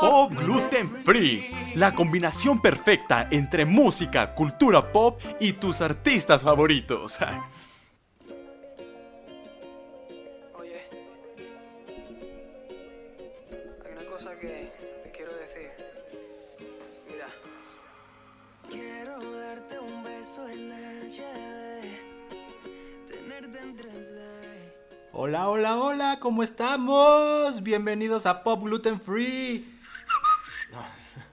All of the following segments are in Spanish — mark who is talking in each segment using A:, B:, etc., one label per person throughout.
A: Pop Gluten Free. La combinación perfecta entre música, cultura pop y tus artistas favoritos.
B: Oye, hay una cosa que te quiero decir. Mira,
C: Quiero darte un beso en HD, tenerte en 3D.
D: Hola, hola, hola, ¿cómo estamos? Bienvenidos a Pop Gluten Free. No,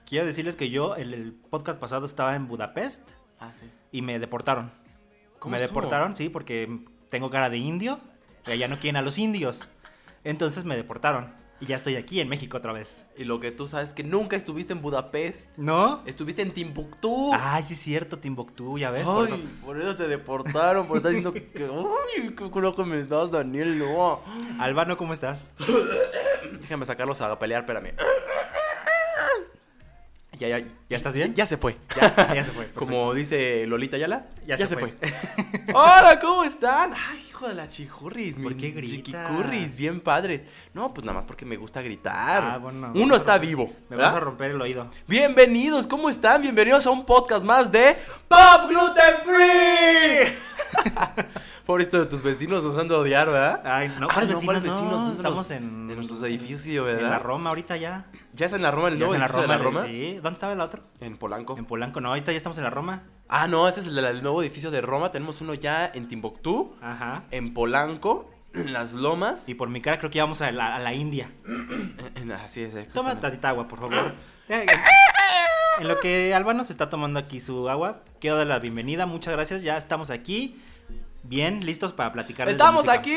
D: Quiero decirles que yo el, el podcast pasado estaba en Budapest y me deportaron.
A: ¿Cómo
D: me
A: estuvo?
D: deportaron, sí, porque tengo cara de indio y allá no quieren a los indios. Entonces me deportaron y ya estoy aquí en México otra vez.
E: Y lo que tú sabes es que nunca estuviste en Budapest.
D: ¿No?
E: Estuviste en Timbuktu.
D: Ay, sí es cierto, Timbuktu, ya Ah, ves.
E: Ay,
D: por eso-
E: por eso te deportaron, por estar diciendo que. Uy, qué culo que me das, Daniel. No.
D: Albano, ¿cómo estás?
E: Déjame sacarlos a pelear, espérame. Ya, ya,
D: ¿Ya estás bien?
E: Ya, se fue.
D: Ya, ya se fue.
E: Como dice Lolita Yala,
D: Ya se fue.
E: Hola, ¿cómo están? Ay, hijo de la chijurris,
D: ¿Por
E: mi
D: qué gritas?
E: chiquicurris, bien padres. No, pues nada más porque me gusta gritar.
D: Ah, bueno, me
E: Uno
D: vas a
E: está
D: romper-
E: vivo.
D: Me
E: ¿verdad?
A: ¿Ah?
D: vas a romper el oído.
E: Bienvenidos, ¿cómo están? Bienvenidos a un podcast más de Pop Gluten Free. Por esto de tus vecinos nos han de odiar, ¿verdad?
D: Ay, no,
E: Ah,
D: ¿cuáles
E: no,
D: vecinos? No,
E: ¿cuáles vecinos? Son de
D: estamos
E: los-
D: en,
E: de nuestros edificios, ¿verdad?
D: En la Roma ahorita ya.
E: ¿Ya es en la Roma el
D: Ya
E: nuevo
D: es en la Roma.
E: edificio de la Roma? Oh.
D: del- Sí. ¿Dónde estaba el otro?
E: En Polanco.
D: En Polanco, no, ahorita ya estamos en la Roma.
E: Ah, no, este es el, el nuevo edificio de Roma. Tenemos uno ya en Timbuktu,
D: Ajá.
E: en Polanco, en Las Lomas.
D: Y por mi cara creo que ya vamos a la, a la India.
E: en- en- así es. eh,
D: Toma
E: justamente.
D: tantita agua, por favor. Eh, En lo que Albano se está tomando aquí su agua, quiero dar la bienvenida, muchas gracias, ya estamos aquí, bien listos para platicar. de
E: Estamos
D: música.
E: aquí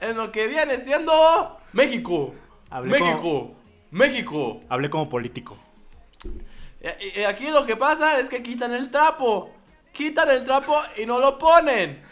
E: en lo que viene siendo México.
D: Hablé como-
E: México. México.
D: Hablé como político.
E: Eh, eh, Aquí lo que pasa es que quitan el trapo. Quitan el trapo y no lo ponen.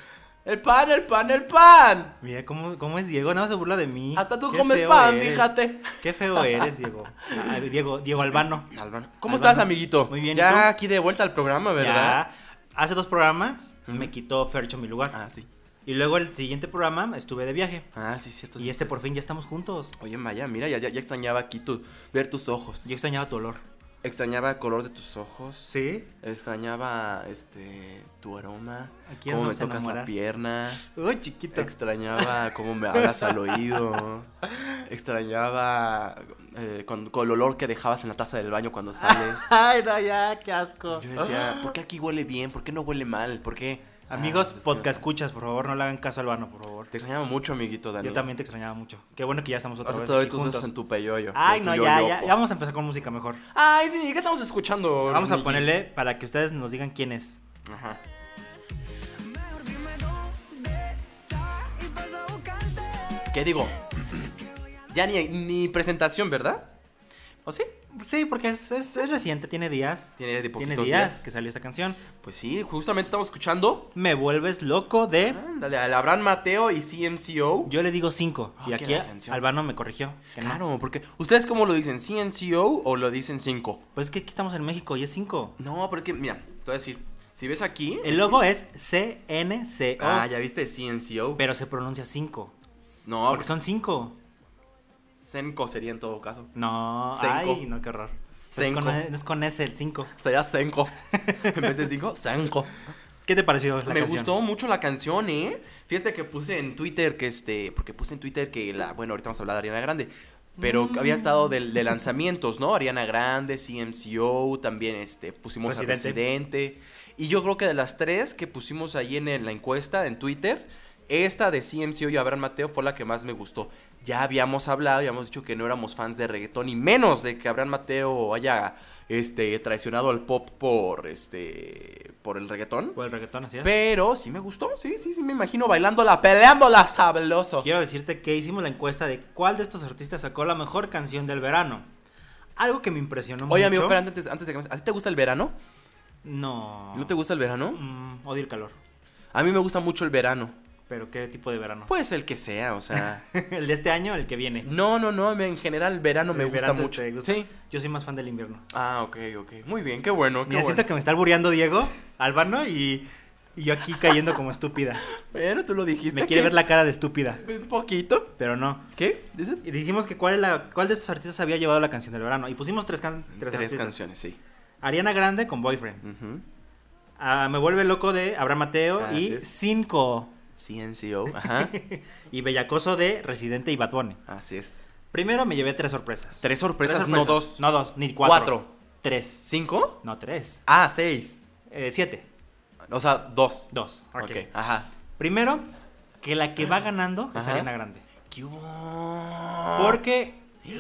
E: El pan, el pan, el pan.
D: Mira, ¿cómo, cómo es Diego? Nada más se burla de mí.
E: Hasta tú
D: Qué
E: comes
D: feo
E: pan,
D: eres.
E: fíjate.
D: Qué feo eres, Diego. Ay, Diego, Diego Albano.
E: Albano, ¿Cómo
D: Albano.
E: estás, amiguito?
D: Muy bien, ¿y tú?
E: Ya aquí de vuelta al programa, ¿verdad?
D: Ya, hace dos programas me quitó Fercho mi lugar.
E: Ah, sí.
D: Y luego el siguiente programa estuve de viaje.
E: Ah, sí, cierto.
D: y
E: sí,
D: este por fin ya estamos juntos.
E: Oye, Maya, mira, ya, ya, ya extrañaba aquí tu, ver tus ojos.
D: Yo extrañaba tu olor.
E: Extrañaba el color de tus ojos.
D: ¿Sí?
E: Extrañaba este tu aroma.
D: ¿A quién
E: Cómo me
D: nos vamos a
E: tocas la
D: enamorar?
E: pierna.
D: Uy, chiquito.
E: Extrañaba cómo me hablas al oído. Extrañaba eh, con, con el olor que dejabas en la taza del baño cuando sales.
D: Ay, no, ya, qué asco. Ah.
E: Yo decía, ¿por qué aquí huele bien? ¿Por qué no huele mal? ¿Por qué?
D: Amigos,
E: Ah,
D: podcast escuchas, por favor, no le hagan caso al vano, por favor.
E: Te extrañaba mucho, amiguito
D: Yo
E: Daniel.
D: también te extrañaba mucho. Qué bueno que ya estamos otra
E: Ahora
D: vez
E: te doy
D: aquí
E: tus besos
D: juntos.
E: en tu peyoyo.
D: Ay,
E: en
D: no,
E: tu
D: ya, ya,
E: yoyopo.
D: ya vamos a empezar con música mejor.
E: Ay, sí, ¿qué estamos escuchando?
D: Vamos a
E: amiguito?
D: ponerle para que ustedes nos digan quién es.
E: Ajá.
C: Mejor dime dónde está y paso a buscarte.
E: ¿Qué digo? ya ni, ni presentación, ¿verdad? ¿O sí?
D: Sí, porque es, es- es reciente, tiene días.
E: Tiene de
D: Tiene
E: poquitos
D: días,
E: días.
D: que salió esta canción.
E: Pues sí, justamente estamos escuchando.
D: Me vuelves loco de.
E: Ándale, al Abraham Mateo y CMCO.
D: Yo le digo 5.
E: Ah,
D: y
E: qué
D: aquí
E: la canción.
D: Albano me corrigió. que no.
E: Claro, porque ¿ustedes cómo lo dicen? ¿CMCO E o lo dicen 5?
D: Pues es que aquí estamos en México y es 5.
E: No, pero es que, mira, te voy a decir, si ves aquí.
D: El logo es CNCO.
E: Ah, ya viste CNCO.
D: oh. Pero se pronuncia 5.
E: No,
D: Porque son 5.
E: Senko sería en todo caso.
D: No.
E: Cinco.
D: Ay, no, qué horror. Es
E: Cinco.
D: Pues con, e, es con S el 5.
E: Sería Senko. en vez de 5, Senko.
D: ¿Qué te pareció la
E: Me
D: canción?
E: gustó mucho la canción, ¿eh? Fíjate que puse en Twitter que este. Porque puse en Twitter que la. Bueno, ahorita vamos a hablar de Ariana Grande. Pero que había estado del- de, lanzamientos, ¿no? Ariana Grande, CMCO, también este, pusimos a
D: Residente.
E: Residente. Y yo creo que de las tres que pusimos ahí en, en la encuesta, en Twitter, esta de CMCO y Abraham Mateo fue la que más me gustó. Ya habíamos hablado, ya habíamos dicho que no éramos fans de reggaetón, y menos de que Abraham Mateo haya este, traicionado al pop por, este, por el reggaetón.
D: O el reggaetón, así es.
E: Pero sí me gustó, sí, sí, sí, me imagino bailándola, peleándola, sabroso.
D: Quiero decirte que hicimos la encuesta de cuál de estos artistas sacó la mejor canción del verano. Algo que me impresionó mucho.
E: Oye, amigo, espera, antes, antes de que... ¿A ti te gusta el verano?
D: No.
E: ¿No te gusta el verano?
D: Mm, odio el calor.
E: A mí me gusta mucho el verano.
D: Pero ¿qué tipo de verano?
E: Pues el que sea, o sea.
D: ¿El de este año o el que viene?
E: No, no, no, en general el verano me
D: El
E: gusta
D: verano
E: mucho.
D: te gusta.
E: Sí.
D: Yo soy más fan del invierno.
E: Ah, ok, ok. Muy bien, qué bueno, qué
D: Mira,
E: bueno.
D: siento que me está albureando Diego Albano y, y yo aquí cayendo como estúpida.
E: Bueno, tú lo dijiste.
D: Me quiere
E: que-
D: ver la cara de estúpida,
E: Un poquito.
D: pero no.
E: ¿Qué? ¿Dices?
D: Y dijimos que cuál, es la, cuál de estos artistas había llevado la canción del verano. Y pusimos tres, can- tres
E: Tres,
D: artistas.
E: canciones, sí.
D: Ariana Grande con Boyfriend.
E: Ujú.
D: Ah, Me vuelve loco de Abraham Mateo
E: Ah, así
D: y
E: es.
D: Cinco.
E: CNCO, ajá.
D: Y Bellacoso de Residente y Bad Bunny.
E: Así es.
D: Primero me llevé tres sorpresas.
E: Tres sorpresas,
D: Tres
E: no dos.
D: No dos, ni cuatro.
E: Cuatro.
D: Tres.
E: ¿Cinco?
D: No, tres.
E: Ah, seis.
D: Eh, siete.
E: O sea, dos.
D: Dos.
E: Ok, ajá.
D: Primero, que la que va ganando es
E: Ajá. Ah.
D: Ariana Grande.
E: ¿Qué
D: Ah.
E: hubo?
D: Porque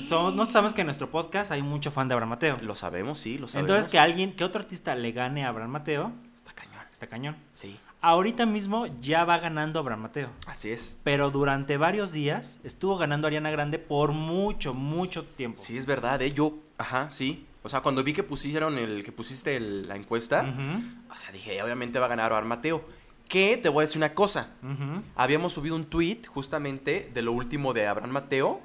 D: son- no sabemos que en nuestro podcast hay mucho fan de Abraham Mateo.
E: Lo sabemos, sí, lo sabemos.
D: Entonces, que alguien, que otro artista le gane a Abraham Mateo,
E: Está cañón.
D: está cañón.
E: Sí,
D: Ahorita mismo ya va ganando Abraham Mateo.
E: así es.
D: Pero durante varios días estuvo ganando Ariana Grande por mucho, mucho tiempo.
E: Sí, es verdad, ¿eh? Yo, ajá, sí. O sea, cuando vi que pusieron el, que pusiste el- la encuesta,
D: Ujú,
E: o sea, dije, obviamente va a ganar Abraham Mateo. Que te voy a decir una cosa.
D: ujú.
E: Habíamos subido un tweet justamente de lo último de Abraham Mateo.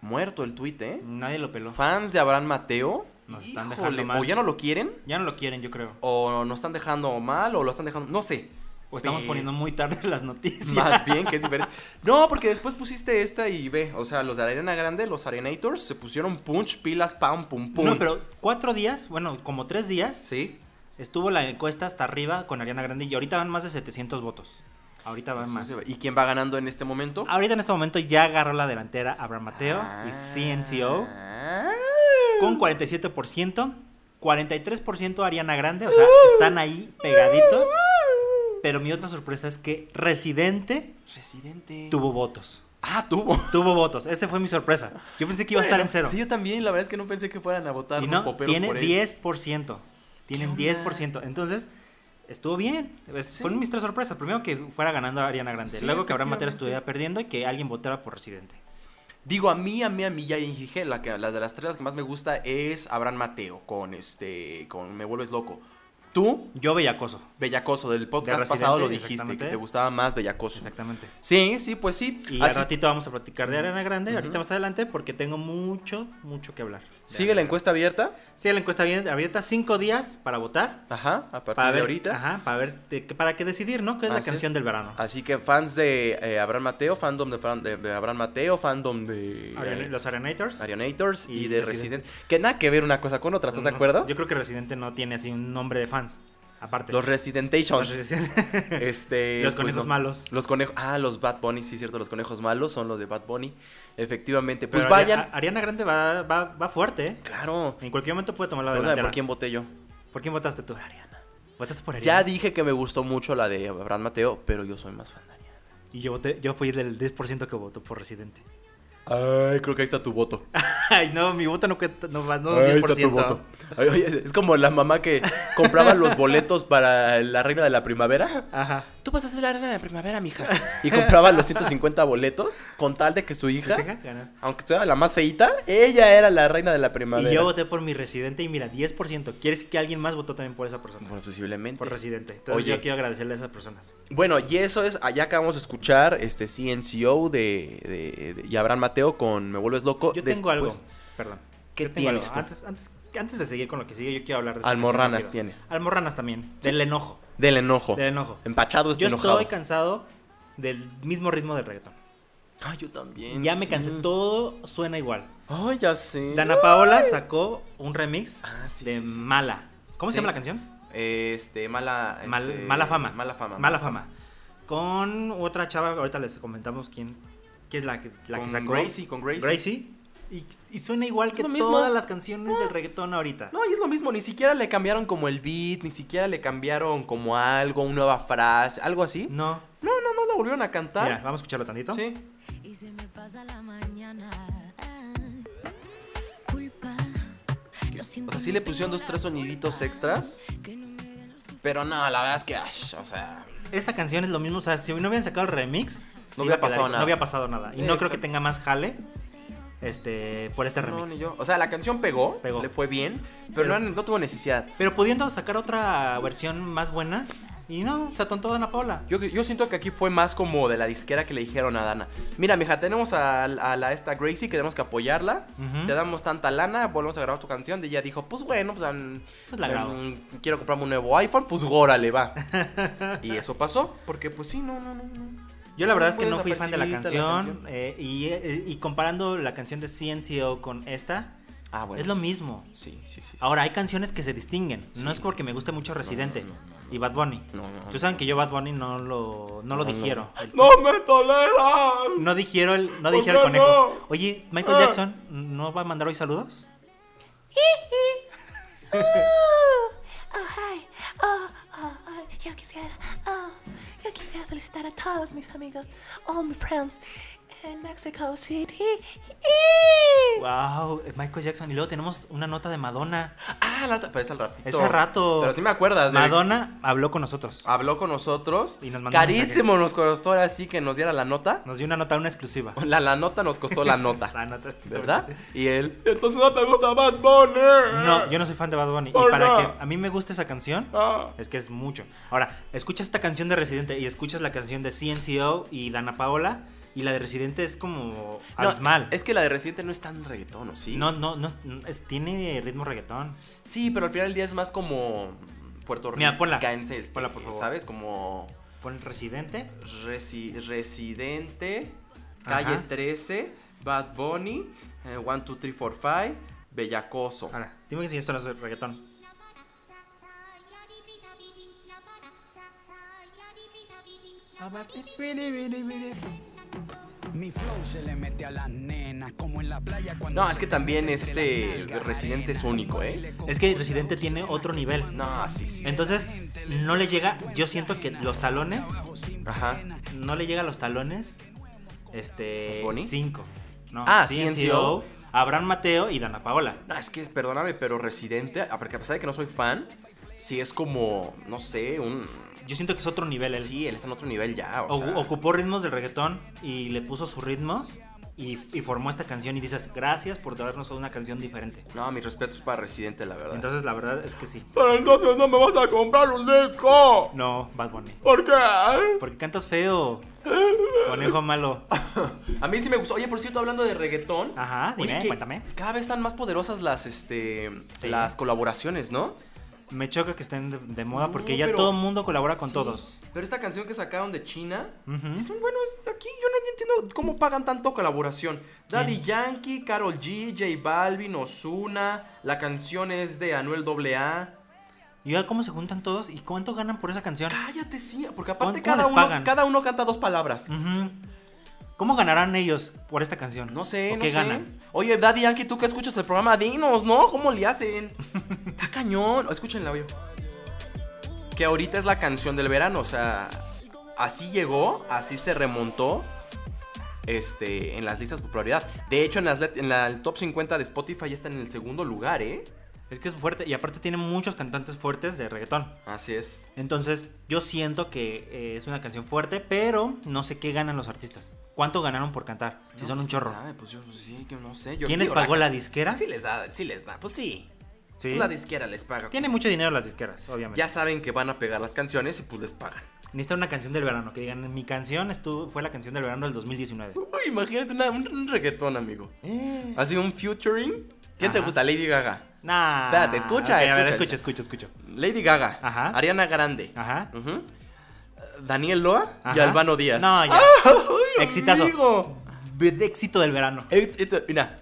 E: Muerto el tweet, ¿eh?
D: Nadie lo peló.
E: Fans de Abraham Mateo.
D: Nos están dejando mal.
E: O ya no lo quieren,
D: Ya no lo quieren, yo creo.
E: o nos están dejando mal, o lo están dejando. No sé.
D: O estamos
E: Pe-
D: poniendo muy tarde las noticias.
E: Más bien, que es diferente. No, porque después pusiste esta y ve. O sea, los de Arena Grande, los Arenators, se pusieron punch, pilas, pam, pum, pum.
D: No, pero cuatro días, bueno, como tres días,
E: Sí.
D: estuvo la encuesta hasta arriba con Ariana Grande y ahorita van más de 700 votos. Ahorita van más.
E: ¿Y quién va ganando en este momento?
D: Ahorita en este momento ya agarró la delantera Abraham Mateo
E: Ah.
D: y CNCO con 47%, 43% Ariana Grande, o sea, están ahí pegaditos. Pero mi otra sorpresa es que Residente
E: Residente.
D: tuvo votos.
E: Ah, tuvo.
D: Tuvo votos. Esta fue mi sorpresa. Yo pensé que iba a estar en cero.
E: Sí, yo también. La verdad es que no pensé que fueran a votar
D: Y
E: los
D: no,
E: poperos
D: tiene
E: por él.
D: 10%. Tienen
E: ¿Qué onda?
D: 10%. Entonces, estuvo bien. Pues,
E: Sí.
D: Fueron mis tres sorpresas. Primero que fuera ganando Ariana Grande.
E: Sí,
D: luego que Abraham Mateo
E: efectivamente.
D: estuviera perdiendo y que alguien votara por Residente.
E: Digo, a mí, a mí, a mí, ya dije, la, que, la de las tres las que más me gusta es Abraham Mateo con este, con Me Vuelves Loco. Tú,
D: Yo bellacoso.
E: Bellacoso, del podcast
D: Residente,
E: pasado lo dijiste, que
D: exactamente.
E: te gustaba más Bellacoso.
D: Exactamente.
E: Sí, sí, pues sí.
D: Y
E: Así-
D: al ratito vamos a platicar de Ariana Grande.
E: Ujú.
D: Ahorita más adelante porque tengo mucho, mucho que hablar.
E: sigue la encuesta abierta.
D: Sigue la encuesta bien abierta. Cinco días para votar.
E: Ajá, a partir
D: Para
E: de
D: ver,
E: ahorita. Ah,
D: Ajá, para ver, de qué- para qué decidir, ¿no? ¿Qué es la
E: Así es.
D: canción del verano?
E: Así que fans de eh, Abraham Mateo, fandom de, Fran- de- de Abraham Mateo, fandom de
D: Ariana-
E: eh,
D: Los Arenators.
E: Arionators y,
D: y
E: de
D: Resident.
E: Resident. Que nada que ver una cosa con otra, ¿estás de
D: No,
E: acuerdo?
D: Yo creo que Residente no tiene así un nombre de fans. Aparte.
E: Los Residentations.
D: Los Residente.
E: Este,
D: Los
E: pues,
D: conejos
E: no.
D: malos.
E: Los conejos. Ah, los Bad Bunny, sí, cierto. Los conejos malos son los de Bad Bunny. Efectivamente. Pues
D: Pero ah, Ari-
E: vayan.
D: a- Ariana Grande va, va, va fuerte, ¿eh?
E: Claro.
D: En cualquier momento puede tomar la
E: Pregúntame
D: delantera.
E: por quién voté yo.
D: ¿Por quién votaste tú? Ariana. ¿Votaste por Ariana?
E: Ya dije que me gustó mucho la de Abraham Mateo, pero yo soy más fan de Ariana.
D: Y yo, voté, yo fui del 10% que votó por Residente.
E: Ay, creo que ahí está tu voto.
D: Ay, no, mi voto no cuenta, no más, no
E: Ahí
D: 10%.
E: está tu voto. Ay, oye, es como la mamá que compraba los boletos para la reina de la primavera.
D: Ajá.
E: Tú vas a ser la reina de la primavera, mija. Y compraba los 150 boletos con tal de que su
D: ¿Te
E: hija,
D: deja ganar?
E: aunque fuera la más feita, ella era la reina de la primavera.
D: Y yo voté por mi Residente y mira, 10%. Quiere decir que alguien más votó también por esa persona?
E: Bueno, posiblemente.
D: Por Residente. Entonces
E: Oye.
D: yo quiero agradecerle a esas personas.
E: Bueno, y eso es, allá acabamos de escuchar este CNCO de, de, de- y Abraham Mateo con Me Vuelves Loco.
D: Yo tengo algo.
E: Pues, Después,
D: Perdón.
E: ¿Qué
D: Yo tengo algo.
E: tienes tú?
D: Antes, antes, antes de seguir con lo que sigue, yo quiero hablar de esta
E: Almorranas
D: canción rápido.
E: tienes. Oh.
D: Almorranas también. Del enojo.
E: Del enojo.
D: Del enojo.
E: Empachado es
D: Yo
E: enojado.
D: estoy cansado del mismo ritmo del reggaetón.
E: Ay, yo también.
D: Ya me cansé,
E: sí.
D: todo suena igual.
E: Ay, ya sé.
D: Dana Paola sacó un remix
E: Ah, sí,
D: de
E: sí, sí.
D: Mala. ¿Cómo
E: Sí.
D: se llama la canción?
E: Este, mala.
D: Mal-
E: este,
D: mala fama.
E: Mala fama.
D: Mala fama. Con otra chava, ahorita les comentamos quién, quién es la que, la
E: Con
D: que sacó.
E: Gracie, con Gracie.
D: Y, y suena igual que
E: lo mismo.
D: todas las canciones del reggaetón ahorita.
E: No, y es lo mismo, ni siquiera le cambiaron como el beat, ni siquiera le cambiaron como algo, una nueva frase, algo así.
D: No.
E: No, no, no, la volvieron a cantar.
D: Mira, vamos a escucharlo tantito.
E: Sí.
F: y se me pasa la mañana. Ah, Culpa. Lo siento,
E: O sea, sí le
F: no
E: pusieron
F: tengo
E: dos, tres
F: la
E: soniditos
F: culpa
E: extras.
F: que no me den los
E: Pero no, la verdad es que, ay, o sea,
D: Esta canción es lo mismo, o sea, si no hubieran sacado el remix, se iba
E: No hubiera
D: a quedar
E: pasado
D: igual,
E: nada.
D: No había pasado nada. Y
E: Eh,
D: no creo que
E: exacto.
D: tenga más jale este, por este
E: No,
D: remix.
E: ni yo. O sea, la canción pegó,
D: Pegó.
E: le fue bien, pero,
D: Pero-
E: no, no tuvo necesidad.
D: Pero pudiendo sacar otra versión más buena. Y no, se atontó Ana Paola.
E: Yo, yo siento que aquí fue más como de la disquera que le dijeron a Dana. Mira, mija, tenemos a, a la, esta Gracie que tenemos que apoyarla.
D: Ujú.
E: Te damos tanta lana, volvemos a grabar tu canción. Y ella dijo, pues bueno, pues, mm,
D: Pues la
E: mm,
D: grabo.
E: quiero comprarme un nuevo iPhone, pues le va. y eso pasó, porque pues sí, no, no, no. no.
D: Yo la verdad es que
E: Pues
D: no fui fan de la
E: desapercibida la
D: canción.
E: canción.
D: eh, y, eh, y comparando la canción de CNCO con esta,
E: Ah, bueno.
D: es lo
E: sí.
D: mismo.
E: Sí, sí, sí. sí.
D: Ahora, hay canciones que se distinguen.
E: Sí,
D: no es porque
E: sí,
D: me
E: sí.
D: guste mucho
E: No,
D: Residente
E: no, no, no,
D: y Bad Bunny.
E: No, no,
D: Tú saben que yo Bad Bunny no lo, no lo
E: No, no.
D: digiero. El-
E: ¡No me toleran!
D: No digiero el, no
E: ¿Por
D: digiero el
E: qué
D: conejo.
E: Oh, no?
D: Oye, Michael
E: Ah.
D: Jackson, ¿no va a mandar hoy saludos?
G: Oh, ay, oh, oh, ay, yo quisiera, oh, yo quisiera felicitar a todos mis amigos, all my friends en Mexico City.
D: Wow, Michael Jackson. Y luego tenemos una nota de Madonna.
E: Ah, la otra- pero es al ratito.
D: Ese rato.
E: Pero sí me acuerdas de. Ah.
D: Madonna habló con nosotros.
E: Habló con nosotros.
D: Y nos mandó un
E: Carísimo nos costó ahora sí que nos diera la nota.
D: Nos dio una nota, una exclusiva.
E: La, la nota nos costó la nota.
D: La nota es-
E: ¿Verdad? Y él. Entonces no te gusta Bad Bunny.
D: No, yo no soy fan de Bad Bunny. Y
E: ¿Por
D: para
E: qué?
D: que a mí me guste esa canción,
E: Ah.
D: es que es mucho. Ahora, escuchas esta canción de Residente y escuchas la canción de CNCO y Dana Paola. Y la de Residente es como
E: No,
D: abismal.
E: Es que la de Residente no es tan reggaetón, ¿o sí?
D: No, no, no, es- tiene ritmo reggaetón.
E: Sí, pero al final del día es más como. Puerto Rico.
D: Mira, ponla.
E: Ponla,
D: Ponla, por favor.
E: ¿Sabes? Como.
D: Pon Residente.
E: Resi- Residente,
D: Ajá.
E: Calle 13, Bad Bunny, eh, 1, 2, 3, 4, 5, Bellacoso.
D: Ahora, dime que si esto no es reggaetón.
H: Mi flow se le mete a las nenas, como en la playa cuando.
E: No, es que también este Residente es único, ¿eh?
D: Es que Residente tiene otro nivel.
E: No, sí, sí. sí.
D: Entonces, no le llega. Yo siento que los talones.
E: Ajá.
D: No le llega a los talones. Este.
E: ¿Boni?
D: Cinco. No,
E: Ah,
D: CNCO, Abraham Mateo y Dana Paola.
E: No, Ah, es que, es- perdóname, pero Residente, a porque a pesar de que no soy fan, sí es como, no sé, un...
D: Yo siento que es otro nivel. él.
E: Sí, él está en otro nivel ya, o
D: O-
E: sea...
D: ocupó ritmos del reggaetón y le puso sus ritmos. Y, y formó esta canción. Y dices, gracias por darnos una canción diferente.
E: No, mis respetos para Residente, la verdad.
D: Entonces, la verdad es que sí.
E: pero entonces no me vas a comprar un disco.
D: No, Bad Bunny.
E: ¿Por qué?
D: Porque cantas feo. Conejo malo.
E: A mí sí me gustó. Oye, por cierto, hablando de reggaetón.
D: Ajá, dime,
E: que
D: cuéntame.
E: Cada vez están más poderosas las, este,
D: Sí.
E: las colaboraciones, ¿no?
D: Me choca que estén de, de moda
E: No,
D: porque ya
E: pero-
D: todo el mundo colabora con
E: Sí,
D: todos.
E: Pero esta canción que sacaron de China,
D: Ujú.
E: es un bueno, es aquí yo no entiendo cómo pagan tanto colaboración. Daddy Yankee, Carol G, J Balvin, Ozuna, la canción es de Anuel AA.
D: Y ahora cómo se juntan todos y cuánto ganan por esa canción.
E: Cállate, sí, porque
D: ¿Cómo-
E: aparte
D: cómo
E: cada
D: les
E: uno,
D: pagan?
E: cada uno canta dos palabras.
D: Ujú. ¿Cómo ganarán ellos por esta canción?
E: No sé,
D: ¿O
E: no
D: qué
E: sé.
D: ganan?
E: Oye, Daddy Yankee, tú que escuchas el programa, dinos, ¿no? ¿Cómo le hacen? Está cañón. Escúchenla, oye. Que ahorita es la canción del verano, o sea, así llegó, así se remontó. Este, en las listas de popularidad. De hecho, en, las let- en la, el top 50 de Spotify ya está en el segundo lugar, ¿eh?
D: Es que es fuerte y aparte tiene muchos cantantes fuertes de reggaetón.
E: Así es.
D: Entonces yo siento que eh, es una canción fuerte, pero no sé qué ganan los artistas. ¿Cuánto ganaron por cantar? Si
E: No,
D: son un
E: pues, quién
D: chorro.
E: sabe, Pues yo sí, que no sé. Yo
D: ¿Quién les
E: digo,
D: pagó la disquera?
E: Sí les da, sí les da. Pues sí.
D: Sí.
E: La disquera les paga.
D: Tiene mucho dinero las disqueras, obviamente.
E: Ya saben que van a pegar las canciones y pues les pagan.
D: Necesita una canción del verano, que digan, mi canción estuvo, fue la canción del verano del 2019.
E: Uy, imagínate una- un, un reggaetón, amigo. Así un featuring. ¿Quién te
D: Ajá.
E: gusta? Lady Gaga.
D: Nah.
E: Espérate, escucha,
D: Ok, A ver,
E: escucha.
D: escucha, escucha, escucha.
E: Lady Gaga.
D: Ajá.
E: Ariana Grande.
D: Ajá.
E: Ujú. Daniel Loa y
D: Ajá.
E: Albano Díaz.
D: No, ya.
E: ¡Ay,
D: Exitazo.
E: amigo!
D: De éxito del verano.
E: Ex- esto- Mira,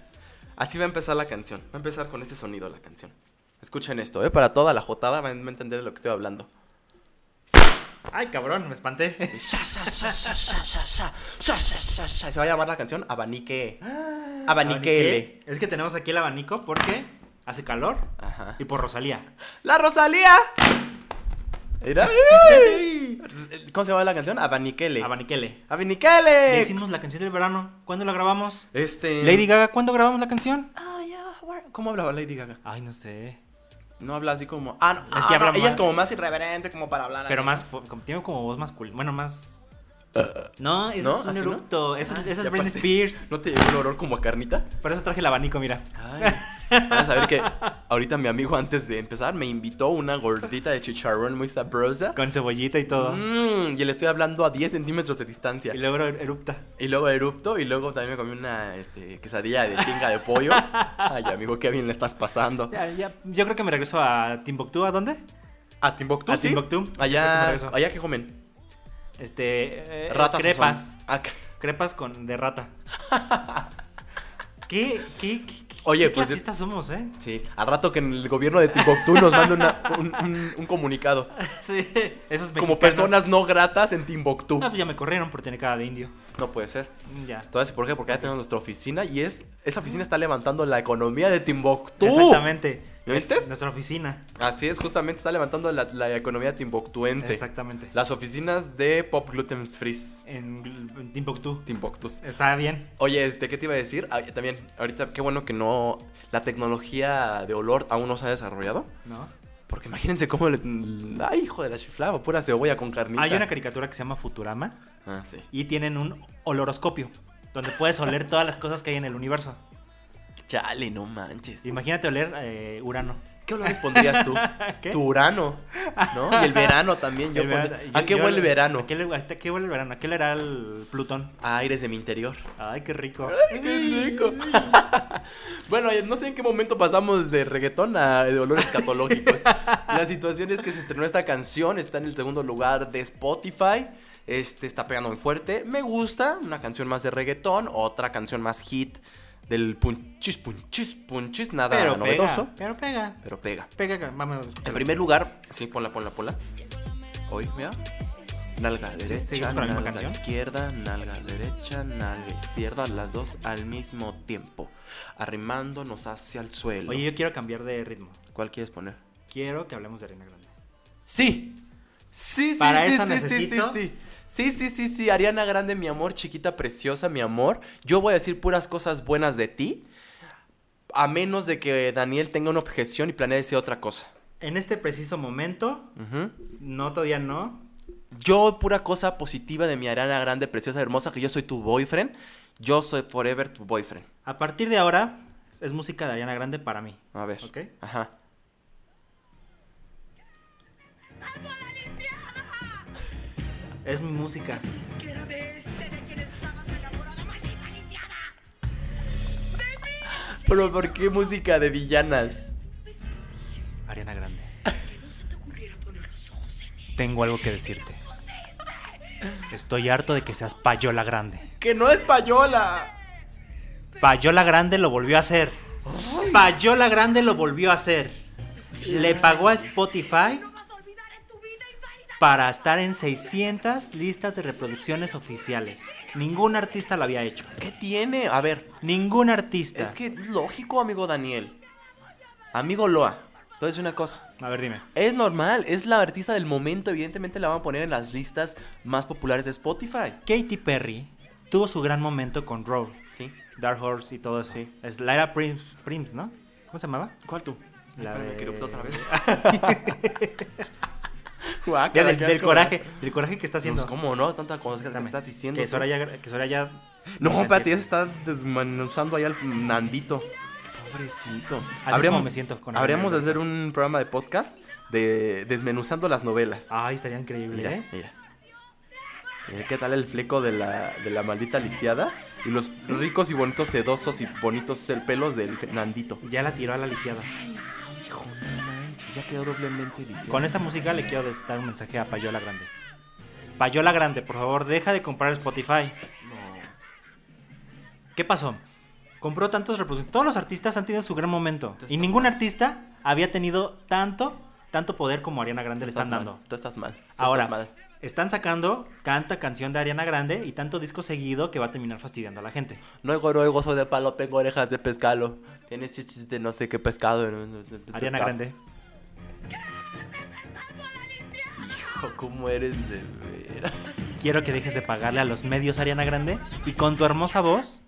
E: así va a empezar la canción. Va a empezar con este sonido la canción. Escuchen esto, ¿eh? Para toda la jotada van van a entender de lo que estoy hablando.
D: Ay, cabrón, me espanté.
E: Sha, sha, sha, sha, sha, sha, sha, sha, sha, sha, sha. Se va a llamar la canción Abanique.
D: Ah,
E: Abaniquele.
D: Es que tenemos aquí el abanico porque hace calor
E: Ajá.
D: y por Rosalía.
E: ¡La Rosalía! Mira. ¿Cómo se llama la canción? Abaniquele.
D: Abaniquele. Ya
E: ¡Abaniquele!
D: hicimos la canción del verano. ¿Cuándo la grabamos?
E: Este.
D: Lady Gaga, ¿cuándo grabamos la canción?
G: Oh, yeah, we're-
E: ¿Cómo hablaba Lady Gaga?
D: Ay, no sé.
E: No habla así como. Ah, no.
D: Es que
E: ah,
D: habla
E: no, Ella
D: más-
E: es como más irreverente, como para hablar.
D: Pero
E: así.
D: más, fu- como- tiene como voz masculina. Bueno, más. No, ese
E: Uh, ¿No?
D: es un
E: ¿Así no? Ah,
D: eructo. Ese, es- ese
E: ya
D: es Britney
E: pasé.
D: Spears.
E: ¿No te llegó el olor como a carnita?
D: Por eso traje el abanico, mira.
E: Ay, vas a ver que ahorita mi amigo antes de empezar me invitó una gordita de chicharrón muy sabrosa.
D: Con cebollita y todo.
E: Mm, y le estoy hablando a 10 centímetros de distancia.
D: Oh. Y luego erupta.
E: Y luego erupto y luego también me comí una este, quesadilla de tinga de pollo. Ay, amigo, qué bien le estás pasando.
D: Ya, ya, yo creo que me regreso a Timbuktu. ¿A dónde?
E: ¿A Timbuktu?
D: A
E: sí?
D: Timbuktu.
E: Allá,
D: Yo creo que me regreso.
E: allá que comen.
D: Este. eh,
E: Ratas. o
D: Crepas.
E: son- Ah, cre-
D: Crepas con de rata. ¿Qué, qué, qué, qué-
E: Oye,
D: qué
E: pues es-
D: clasistas somos, eh?
E: Sí, al rato que el gobierno de Timbuktu nos manda una- un, un- un comunicado.
D: Sí, esos
E: Como
D: mexicanos.
E: personas no gratas en Timbuktu.
D: Ah, pues ya me corrieron por tener cara de indio. Mm,
E: No puede ser.
D: Ya.
E: Entonces, ¿por qué? Porque ya tenemos nuestra oficina y es esa oficina está levantando la economía de Timbuktu.
D: Exactamente.
E: ¿Lo viste?
D: Nuestra oficina.
E: Así es, justamente está levantando la, la economía timbuktuense.
D: Exactamente.
E: Las oficinas de Pop Gluten Freeze
D: En, en Timbuktu.
E: Timbuktus.
D: Está bien.
E: Oye, este, ¿qué te iba a decir? Ah, también, ahorita, qué bueno que no. La tecnología de olor aún no se ha desarrollado.
D: ¿No?
E: Porque imagínense cómo. le- ay, hijo de la chiflaba, pura cebolla con carnita.
D: Hay una caricatura que se llama Futurama
E: Ah, sí.
D: y tienen un oloroscopio donde puedes oler todas las cosas que hay en el universo.
E: Chale, no manches.
D: Imagínate oler eh, Urano.
E: ¿Qué olores pondrías tú?
D: ¿Qué?
E: Tu urano, ¿no? Y el verano también. Yo
D: El verano-
E: pondría-
D: yo-
E: ¿A qué
D: yo-
E: huele el verano?
D: ¿A qué, le- a qué huele el verano? ¿A qué le hará el Plutón?
E: A aires de mi interior.
D: Ay, qué rico.
E: ¡Qué rico! bueno, eh, no sé en qué momento pasamos de reggaetón a eh, de olores catológicos. La situación es que se estrenó esta canción, está en el segundo lugar de Spotify. Este está pegando muy fuerte. Me gusta. Una canción más de reggaetón, otra canción más hit del punchis, punchis, punchis. Nada
D: Pero
E: novedoso,
D: pega, pero pega.
E: pero pega.
D: Pega, vamos.
E: En primer lugar, sí, ponla, ponla, ponla. Hoy, mira. Nalga derecha,
D: seguimos con la misma
E: nalga
D: canción?
E: izquierda, nalga derecha, nalga izquierda, las dos al mismo tiempo, arrimándonos hacia el suelo.
D: Oye, yo quiero cambiar de ritmo.
E: ¿Cuál quieres poner?
D: Quiero que hablemos de Arena Grande.
E: Sí. Sí, sí,
D: Para
E: sí,
D: eso
E: sí,
D: necesito-
E: sí, sí, sí. Sí, sí, sí, sí, Ariana Grande, mi amor, chiquita preciosa, mi amor. Yo voy a decir puras cosas buenas de ti, a menos de que Daniel tenga una objeción y planee decir otra cosa.
D: En este preciso momento,
E: Ujú.
D: no, todavía no.
E: Yo, pura cosa positiva de mi Ariana Grande, preciosa, hermosa, que yo soy tu boyfriend. Yo soy forever tu boyfriend.
D: A partir de ahora, es música de Ariana Grande para mí.
E: A ver.
D: Ok.
E: Ajá.
D: Es mi música.
C: Quiero de este de quien estabas enamorada, maldita lisiada.
E: Pero, ¿por qué música de villanas?
D: Ariana Grande.
C: Se te ocurriera poner los ojos en
D: Tengo algo que decirte. Estoy harto de que seas payola grande.
E: ¡Que no es payola!
D: Payola Grande lo volvió a hacer. Payola Grande lo volvió a hacer. Le pagó a Spotify para estar en 600 listas de reproducciones oficiales. Ningún artista lo había hecho.
E: ¿Qué tiene? A ver,
D: Ningún artista.
E: es que es lógico, amigo Daniel. Amigo Loa, entonces una cosa.
D: A ver, dime.
E: Es normal, es la artista del momento, evidentemente la van a poner en las listas más populares de Spotify.
D: Katy Perry tuvo su gran momento con Roll,
E: ¿Sí?
D: Dark Horse y todo eso.
E: Sí.
D: Es Lyra Prim- Prims, ¿no? ¿Cómo se llamaba?
E: ¿Cuál tú?
D: La
E: Espérame,
D: de- Ah,
E: que eruptó otra vez.
D: Ya
E: Guácala,
D: del,
E: qué
D: del
E: asco.
D: coraje, del coraje que está haciendo.
E: Pues, ¿Cómo no? Tanta cosa que me
D: Espérame,
E: estás diciendo.
D: Que
E: tú.
D: Soraya, que Soraya-
E: No,
D: Pues,
E: espérate, ya
D: entiendo.
E: se está desmenuzando ahí al Nandito. Pobrecito.
D: es como me siento con
E: habríamos de
D: Ariana
E: hacer un programa de podcast de desmenuzando las novelas.
D: Ay, estaría increíble,
E: mira,
D: Ah, ¿eh?
E: mira. Mira qué tal el fleco de la, de la maldita lisiada y los ricos y bonitos sedosos y bonitos el pelos del Nandito.
D: Ya la tiró a la lisiada.
E: Hijo, no manches, ya quedó doblemente lisiada.
D: Con esta música le quiero dar un mensaje a Payola Grande. Payola Grande, por favor, deja de comprar Spotify. ¿Qué pasó? Compró tantos reproductores. Todos los artistas han tenido su gran momento. Y ningún artista había tenido tanto, tanto poder como Ariana Grande le
E: Estás
D: están
E: mal,
D: dando.
E: Tú estás mal. tú estás
D: Ahora,
E: mal.
D: están sacando canta canción de Ariana Grande y tanto disco seguido que va a terminar fastidiando a la gente.
E: No oigo, no oigo, soy de palo, tengo orejas de pescado. Tienes chichis de no sé qué pescado. no- no- no- no-
D: Ariana
E: pescado.
D: Grande.
E: Hijo, ¿cómo eres de veras?
D: Quiero que dejes de pagarle a los medios, Ariana Grande. Y con tu hermosa voz,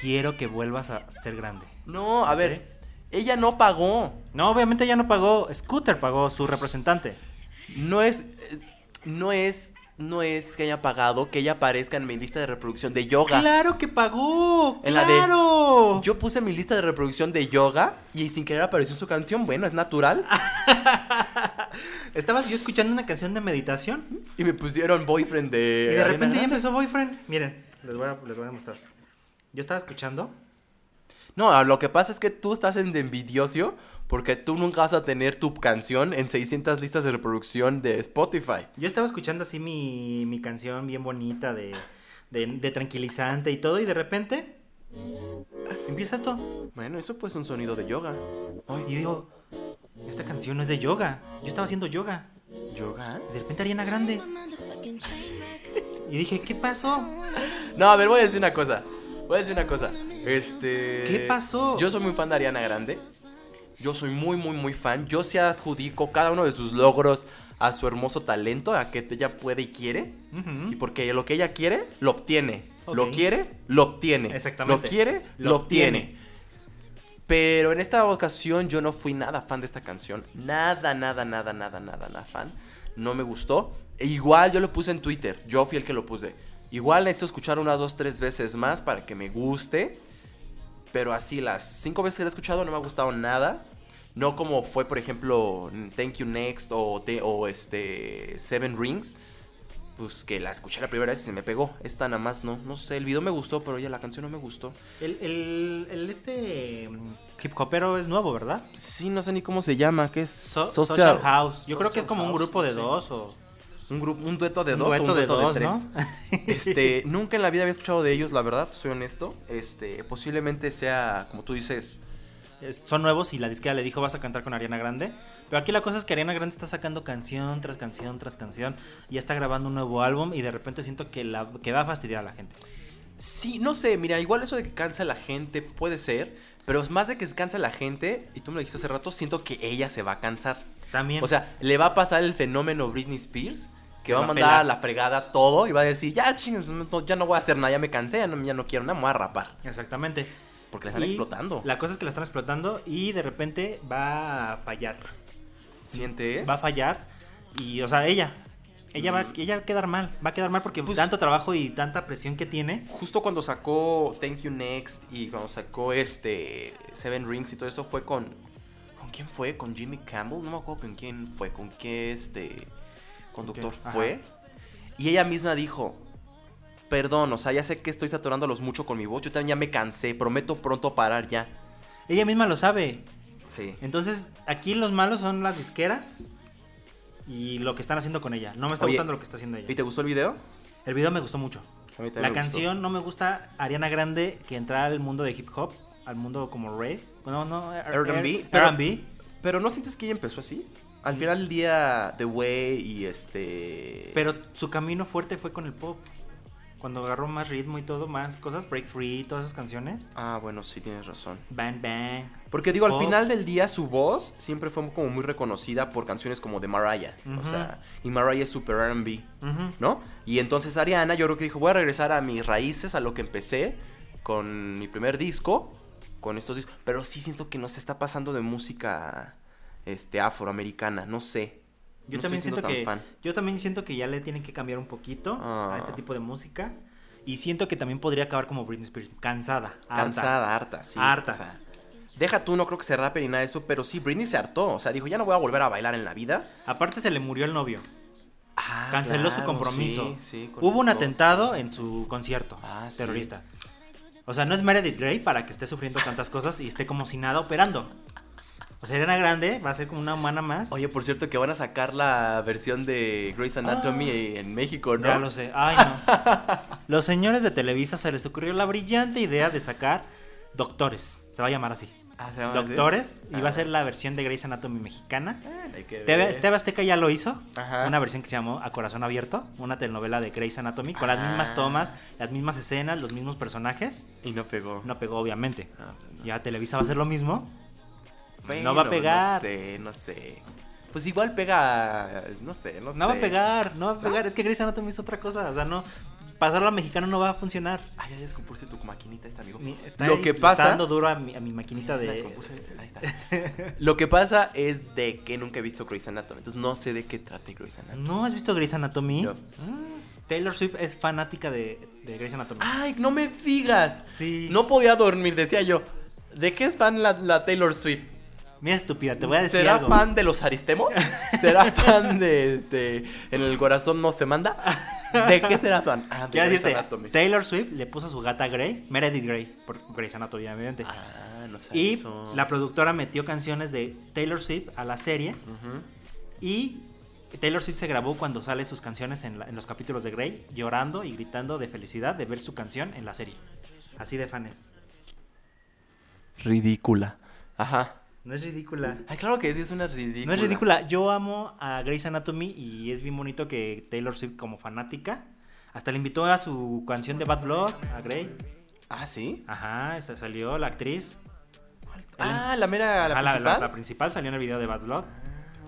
D: quiero que vuelvas a ser grande.
E: No, a ver. Ella no pagó.
D: No, obviamente ya no pagó. Scooter pagó su representante.
E: No es. eh, No es no es que haya pagado que ella aparezca en mi lista de reproducción de yoga.
D: Claro que pagó.
E: En la de-
D: claro.
E: Yo puse mi lista de reproducción de yoga y sin querer apareció su canción. Bueno, es natural.
D: Estaba yo escuchando una canción de meditación
E: Y me pusieron boyfriend de.
D: y de
E: Ariana
D: repente ya
E: Grande.
D: empezó Boyfriend. Miren, les voy a, les voy a mostrar. Yo estaba escuchando.
E: No, a lo que pasa es que tú estás en de envidioso porque tú nunca vas a tener tu canción en 600 listas de reproducción de Spotify.
D: Yo estaba escuchando así mi, mi canción bien bonita de, de, de tranquilizante y todo. Y de repente empieza esto.
E: Bueno, eso pues es un sonido de yoga.
D: Ay, y digo, esta canción no es de yoga. Yo estaba haciendo yoga.
E: ¿Yoga?
D: Y de repente Ariana Grande. Y dije, ¿qué pasó?
E: No, a ver, voy a decir una cosa. Voy a decir una cosa. Este.
D: ¿Qué pasó?
E: Yo soy muy fan de Ariana Grande. Yo soy muy, muy, muy fan. Yo se adjudico cada uno de sus logros a su hermoso talento, a que ella puede y quiere.
D: Ujú.
E: Y porque lo que ella quiere, lo obtiene. Lo
D: Ok.
E: quiere, lo obtiene.
D: Exactamente.
E: Lo quiere, lo,
D: Lo
E: obtiene.
D: obtiene.
E: Pero en esta ocasión yo no fui nada fan de esta canción. Nada, nada, nada, nada, nada, nada fan. No me gustó. E igual yo lo puse en Twitter. Yo fui el que lo puse. Igual necesito escuchar unas dos, tres veces más para que me guste. Pero así, las cinco veces que la he escuchado no me ha gustado nada. No como fue, por ejemplo, Thank You Next o, te- o este Seven Rings. Pues que la escuché la primera vez y se me pegó. Esta nada más no. No sé, el video me gustó, pero ya la canción no me gustó.
D: El, el, el este mm, hip hopero es nuevo, ¿verdad?
E: Sí, no sé ni cómo se llama. ¿Qué es?
D: So-
E: Social,
D: House. Yo creo que es
E: Social
D: como un
E: House,
D: grupo de
E: sí.
D: dos o
E: Un, grupo, un dueto de
D: Un
E: dos o
D: dueto
E: un
D: de
E: dueto de,
D: dos,
E: tres. Este, nunca en la vida había escuchado de ellos, la verdad, soy honesto. Este, posiblemente sea, como tú dices,
D: es- son nuevos y la disquera le dijo vas a cantar con Ariana Grande. Pero aquí la cosa es que Ariana Grande está sacando canción tras canción tras canción. Ya está grabando un nuevo álbum y de repente siento que, la, que va a fastidiar a la gente.
E: Sí, no sé, mira, igual eso de que cansa a la gente puede ser, pero es más de que cansa a la gente, y tú me lo dijiste hace rato, siento que ella se va a cansar.
D: También.
E: O sea, le va a pasar el fenómeno Britney Spears,
D: Se
E: que va a
D: va a
E: mandar
D: pelar.
E: a la fregada todo y va a decir, ya chingues, no- ya no voy a hacer nada, ya me cansé, ya no, ya no quiero nada, me voy a rapar.
D: Exactamente.
E: Porque la están
D: Y
E: explotando.
D: La cosa es que la están explotando y de repente va a fallar.
E: ¿Sientes?
D: Va a fallar y, o sea, ella. Ella va, ella va a quedar mal, va a quedar mal porque
E: Mm. Pues-
D: tanto trabajo y tanta presión que tiene.
E: Justo cuando sacó Thank You Next y cuando sacó este Seven Rings y todo eso fue con... ¿Con quién fue? ¿Con Jimmy Campbell? No me acuerdo con quién fue, con qué este conductor
D: Ajá.
E: fue. Y ella misma dijo, perdón, o sea, ya sé que estoy saturándolos mucho con mi voz, yo también ya me cansé, prometo pronto parar ya.
D: Ella misma lo sabe.
E: Sí.
D: Entonces, aquí los malos son las disqueras y lo que están haciendo con ella. No me está
E: Oye,
D: gustando lo que está haciendo
E: ¿Y
D: ella.
E: te gustó el video?
D: El video me gustó mucho.
E: A mí también me
D: La
E: gustó.
D: canción no me gusta Ariana Grande que entra al mundo de hip hop, al mundo como rave. No, no, R-
E: R&B,
D: R-
E: pero-
D: R&B.
E: Pero ¿no sientes que ella empezó así? Al final del día, The Way y este...
D: Pero su camino fuerte fue con el pop. Cuando agarró más ritmo y todo, más cosas, Break Free, todas esas canciones.
E: Ah, bueno, sí, tienes razón.
D: Bang Bang.
E: Porque digo, al
D: Pop.
E: final del día su voz siempre fue como muy reconocida por canciones como de Mariah. O
D: Ujú.
E: sea, y Mariah es super RB,
D: Ujú.
E: ¿no? Y entonces Ariana yo creo que dijo, voy a regresar a mis raíces, a lo que empecé con mi primer disco, con estos discos. Pero sí siento que no se está pasando de música este, afroamericana, no sé.
D: Yo
E: No
D: también
E: estoy siendo
D: siento
E: tan
D: que
E: fan.
D: yo también siento que ya le tienen que cambiar un poquito
E: Ah.
D: a este tipo de música y siento que también podría acabar como Britney Spears, cansada, harta.
E: Cansada, harta, sí.
D: Harta.
E: O sea, deja tú, no creo que se rape ni nada de eso, pero sí, Britney se hartó. O sea, dijo, ya no voy a volver a bailar en la vida.
D: Aparte se le murió el novio,
E: Ah,
D: canceló su
E: claro,
D: compromiso.
E: sí, sí, con
D: Hubo un
E: esto.
D: atentado en su concierto
E: Ah, sí.
D: terrorista. O sea, no es Meredith Grey para que esté sufriendo tantas cosas y esté como si nada operando. O sea, Ariana Grande va a ser como una humana más.
E: Oye, por cierto, que van a sacar la versión de Grey's Anatomy en México, ¿no?
D: Ah. Ya lo sé. Ay, no. Los señores de Televisa se les ocurrió la brillante idea de sacar Doctores. Se va a llamar así.
E: Ah, ¿se llama así?
D: Doctores. Y va
E: Ah.
D: a ser la versión de Grey's Anatomy mexicana.
E: Ah, hay que
D: TV,
E: ver.
D: TV Azteca ya lo hizo.
E: Ajá.
D: Una versión que se llamó A Corazón Abierto. Una telenovela de Grey's Anatomy. Con las
E: Ah.
D: mismas tomas, las mismas escenas, los mismos personajes.
E: Y no pegó.
D: No pegó, obviamente.
E: No, pues no.
D: Ya Televisa va a hacer lo mismo.
E: Bueno,
D: va a pegar.
E: No sé, no sé. Pues igual pega. No sé, no, sé.
D: No va a pegar, no va a pegar. Es que Grey's Anatomy es otra cosa. O sea, no. pasarlo a mexicano no va a funcionar.
E: Ay, ya descompuse tu maquinita esta, amigo.
D: Mi- está
E: Lo
D: ahí-
E: que
D: le
E: pasa-
D: Está dando duro a mi, a mi maquinita
E: La
D: de.
E: descompuse, ahí está. Lo que pasa es de que nunca he visto Grey's Anatomy, entonces no sé de qué trate Grey's Anatomy.
D: ¿No has visto Grey's Anatomy?
E: No.
D: Mm, Taylor Swift es fanática de, de Grey's Anatomy.
E: Ay, no me digas.
D: sí.
E: No podía dormir, decía yo. ¿De qué es fan la, la Taylor Swift?
D: Mira, estúpida, te voy a decir
E: ¿Será
D: algo.
E: fan de los Aristemos? ¿Será fan de este, En el corazón no se manda? ¿De qué será fan? Ah, de
D: Quiero
E: Grey's
D: decirte,
E: Anatomy.
D: Taylor Swift le puso a su gata Grey, Meredith Grey, por Grey's Anatomy, obviamente.
E: Ah, no sabía
D: y
E: eso.
D: la productora metió canciones de Taylor Swift a la serie.
E: Ujú.
D: Y Taylor Swift se grabó cuando sale sus canciones en, la- en los capítulos de Grey, llorando y gritando de felicidad de ver su canción en la serie. Así de fanes.
E: Ridícula. Ajá.
D: No es ridícula.
E: Ay, claro que sí, es una ridícula.
D: No es ridícula. Yo amo a Grey's Anatomy y es bien bonito que Taylor Swift como fanática. Hasta le invitó a su canción de Bad Blood a Grey.
E: Ah, sí.
D: Ajá, esta salió la actriz.
E: Ah, la mera, la
D: Ah,
E: principal. Ah,
D: la principal salió en el video de Bad Blood.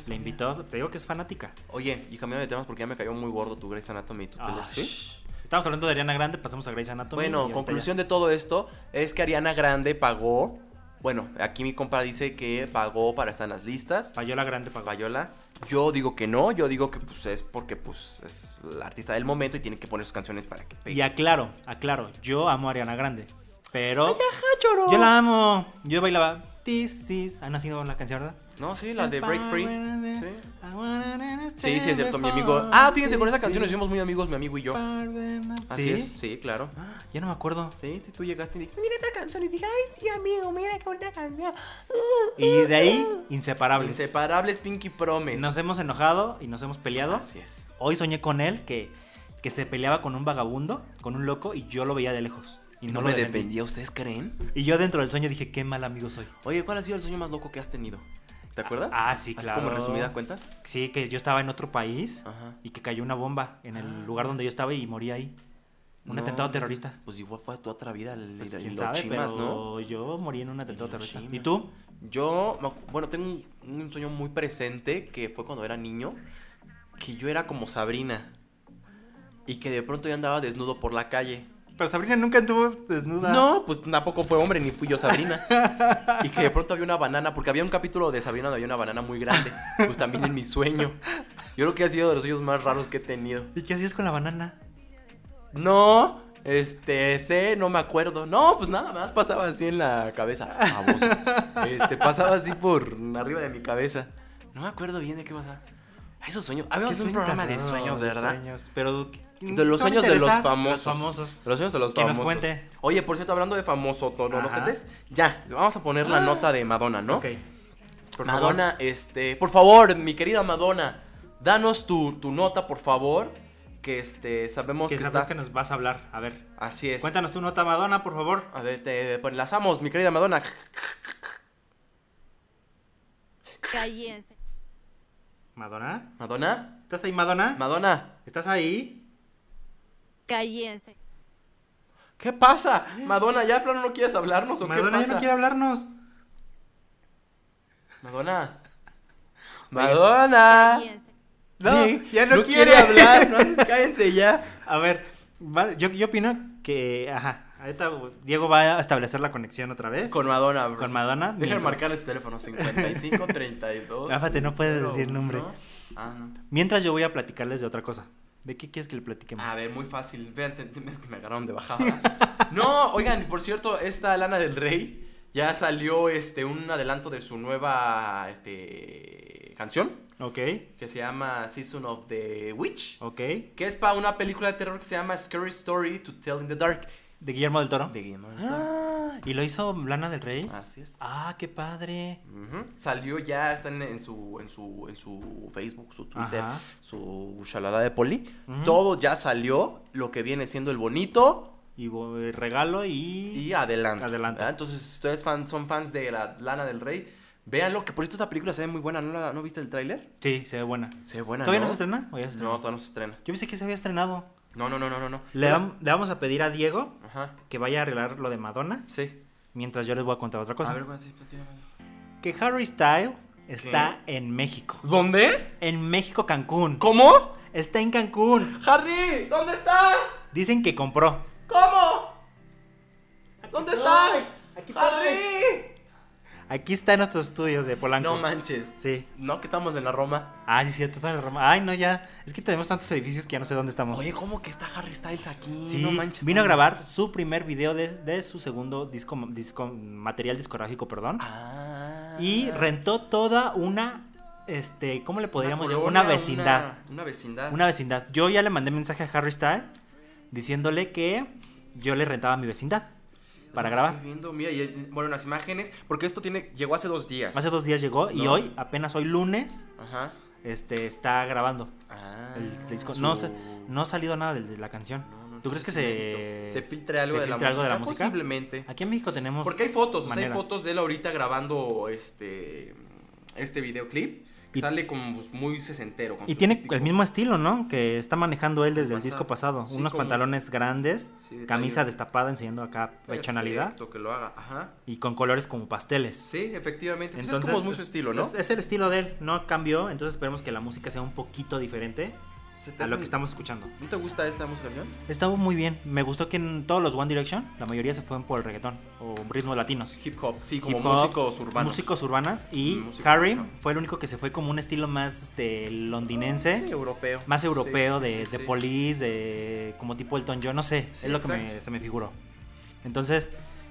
D: Le invitó, te digo que es fanática.
E: Oye, y cambiando de temas porque ya me cayó muy gordo tu Grey's Anatomy y tu Taylor
D: Ah,
E: Swift.
D: shh. Estamos hablando de Ariana Grande, pasamos a Grey's Anatomy. y
E: Bueno,
D: ahorita
E: conclusión de todo esto es que Ariana Grande pagó. Bueno, aquí mi compa dice que pagó para estar en las listas.
D: ya. Payola Grande pagó.
E: Payola. Yo digo que no, yo digo que pues es porque pues es la artista del momento y tiene que poner sus canciones para que
D: Y
E: pegue.
D: aclaro, aclaro, yo amo a Ariana Grande. Pero. Yo la amo. Yo bailaba. This is. Ah, no ha sido la canción, ¿verdad?
E: No, sí, la de Break Free. Sí.
D: Sí,
E: Sí, sí, es cierto, mi amigo. Ah, fíjense, con esa canción nos hicimos muy amigos, mi amigo y yo. Así
D: ¿Sí?
E: es, sí, claro.
D: Ah, Ya no me acuerdo.
E: Sí, sí, tú llegaste y dijiste,
G: Mira esta canción y dije, ay, sí, amigo, mira qué bonita canción.
D: Y de ahí, inseparables.
E: inseparables Pinky Promes.
D: Nos hemos enojado y nos hemos peleado.
E: Así es.
D: Hoy soñé con él que, que se peleaba con un vagabundo, con un loco, y yo lo veía de lejos. Y
E: Y
D: no,
E: no,
D: lo
E: me
D: defendí.
E: defendía, ¿ustedes creen?
D: Y yo dentro del sueño dije, qué mal amigo soy.
E: Oye, ¿cuál ha sido el sueño más loco que has tenido? ¿Te acuerdas?
D: ah, sí,
E: Así
D: claro.
E: como resumida cuentas.
D: Sí, que yo estaba en otro país
E: Ajá.
D: y que cayó una bomba en
E: Ah.
D: el lugar donde yo estaba y morí ahí. Un
E: No,
D: atentado terrorista.
E: Pues igual fue tu otra vida el,
D: Pues,
E: el-
D: quién
E: el
D: sabe,
E: Hiroshima, ¿no?
D: pero yo morí en un atentado terrorista.
E: Hiroshima.
D: ¿Y tú?
E: Yo, me acu- bueno, tengo un, un sueño muy presente que fue cuando era niño, que yo era como Sabrina y que de pronto yo andaba desnudo por la calle.
D: Pero Sabrina nunca estuvo desnuda.
E: No, pues tampoco fue hombre, ni fui yo Sabrina. Y que de pronto había una banana, porque había un capítulo de Sabrina donde había una banana muy grande. Pues también en mi sueño. Yo creo que ha sido de los sueños más raros que he tenido.
D: ¿Y qué hacías con la banana?
E: No, este, sé, no me acuerdo. No, pues nada más pasaba así en la cabeza. Baboso. Este, pasaba así por arriba de mi cabeza. No me acuerdo bien de qué pasaba. Ah, Esos sueños. Habíamos un programa de sueños, ¿verdad?
D: sueños, pero
E: De los sueños de los
D: Los
E: famosos.
D: famosos.
E: De los sueños de los
D: Que nos
E: famosos.
D: cuente.
E: Oye, por cierto, hablando de famoso, tono,
D: Ajá. Ah.
E: Ya, vamos a poner la nota de Madonna, ¿no?
D: Ok. Por favor.
E: Madonna, este, por favor, mi querida Madonna, danos tu, tu nota, por favor, que este, sabemos
D: Que
E: que,
D: sabes
E: está...
D: que nos vas a hablar. A ver.
E: Así es.
D: Cuéntanos tu nota, Madonna, por favor.
E: A ver, te pues, enlazamos, mi querida Madonna.
F: Cállense.
D: ¿Madonna?
E: Madonna,
D: ¿Estás ahí, Madonna?
E: Madonna,
D: ¿Estás ahí?
F: Cállense.
E: ¿qué pasa? Madonna, ¿ya de plano no quieres hablarnos o qué
D: Madonna
E: pasa?
D: ya no quiere hablarnos.
E: Madonna. Madonna.
F: Cállense.
D: No,
E: Di-
D: ya no quiere.
E: hablar, no, cállense ya.
D: A ver, va- yo, yo opino que. Ajá. Ahorita Diego va a establecer la conexión otra vez.
E: Con Madonna. bro.
D: Con Madonna,
E: Déjenme
D: mientras-
E: marcarle su teléfono 55 32.
D: Áfate, Ah, no puedes
E: cero,
D: decir nombre.
E: uno. Ah, no.
D: Mientras yo voy a platicarles de otra cosa. ¿De qué quieres que le platiquemos?
E: Ah, A ver, muy fácil. Vean, te- te- que me agarraron de bajada. no, oigan, por cierto, esta Lana del Rey ya salió este un adelanto de su nueva este canción
D: Ok,
E: que se llama Season of the Witch,
D: ok.
E: que es para una película de terror que se llama Scary Story to Tell in the Dark.
D: De Guillermo del Toro.
E: De Guillermo del Toro.
D: Ah, ¿Y lo hizo Lana del Rey?
E: Así es.
D: Ah, qué padre.
E: Ujú. Salió ya, está en, en su, en, su, en su Facebook, su Twitter,
D: Ajá.
E: su shalala de poli.
D: Ujú.
E: Todo ya salió, lo que viene siendo el bonito
D: Y bo- regalo y...
E: y adelante.
D: Adelanto.
E: Entonces, si ustedes fan- son fans de la Lana del Rey, véanlo, que por cierto esta película se ve muy buena. ¿No, la- no viste el tráiler?
D: Sí, se ve buena.
E: Se ve buena,
D: ¿Todavía no,
E: ¿no?
D: se estrena? ¿O ya se
E: No,
D: estrenó?
E: todavía no se estrena.
D: Yo pensé que se había estrenado.
E: No, no, no, no, no. no.
D: Le, vam- le vamos a pedir a Diego
E: Ajá,
D: que vaya a arreglar lo de Madonna,
E: sí.
D: mientras yo les voy a contar otra cosa.
E: A ver, bueno, sí, pues, platícame.
D: Que Harry Style está en México.
E: ¿Dónde?
D: En México, Cancún.
E: ¿Cómo?
D: Está en Cancún.
E: ¡Harry! ¿Dónde estás?
D: Dicen que compró.
E: ¿Cómo? ¿Dónde
I: estoy.
E: están?
I: Aquí estoy.
E: ¡Harry!
D: Aquí está en nuestros estudios de Polanco.
E: No manches.
D: Sí.
E: No, que estamos en la Roma.
D: Ah, sí, es cierto, está en el Roma. Ay, no, ya. Es que tenemos tantos edificios que ya no sé dónde estamos.
E: Oye, ¿cómo que está Harry Styles aquí?
D: sí,
E: no manches.
D: vino a
E: no.
D: grabar su primer video de, de su segundo disco, disco- material discográfico, perdón.
E: Ah.
D: Y rentó toda una, este, ¿cómo le podríamos llamar?
E: colonia,
D: Una vecindad.
E: Una, una vecindad.
D: Una vecindad. Yo ya le mandé mensaje a Harry Styles diciéndole que yo le rentaba mi vecindad para
E: Lo
D: grabar.
E: Estoy viendo, mira, y, eh, bueno, las imágenes, porque esto tiene llegó hace dos días.
D: Hace dos días llegó y
E: No.
D: hoy, apenas hoy lunes,
E: Ajá.
D: este, está grabando
E: Ah,
D: el disco.
E: su-
D: No, se- no ha salido nada de, de la canción.
E: No, no,
D: ¿Tú crees que
E: entonces
D: se...
E: inédito. se filtre algo,
D: se
E: de, la
D: filtre algo de la música?
E: música? Posiblemente.
D: Aquí en México tenemos...
E: Porque hay fotos, o sea, hay
D: manera.
E: fotos de él ahorita grabando este este videoclip que
D: Y-
E: sale como pues, muy sesentero. con
D: Y
E: su
D: tiene
E: típico-
D: el mismo estilo, ¿no? Que está manejando él desde el
E: Pasado.
D: disco pasado.
E: Sí,
D: Unos
E: como-
D: pantalones grandes,
E: Sí, detalle.
D: camisa destapada enseñando acá pechonalidad
E: Perfecto, que lo haga, ajá.
D: y con colores como pasteles.
E: Sí, efectivamente. Pues es como muy su estilo, ¿no?
D: Es, es el estilo de él, no cambió, entonces esperemos que la música sea un poquito diferente
E: Se te
D: a lo
E: hacen-
D: que estamos escuchando.
E: ¿No te gusta esta música?
D: Estaba muy bien, me gustó que en todos los One Direction, la mayoría se fueron por el reggaetón o ritmos latinos.
E: Hip hop, sí, como
D: Hip hop,
E: músicos urbanos.
D: Músicos urbanas y
E: Música
D: Harry
E: urbana.
D: fue el único que se fue como un estilo más este,
E: Ah, Sí,
D: londinense,
E: europeo.
D: más europeo
E: Sí, sí,
D: de,
E: sí,
D: de
E: sí.
D: Police, de como tipo Elton John, no sé,
E: Sí,
D: es lo que me-
E: exacto.
D: se me figuró. Entonces,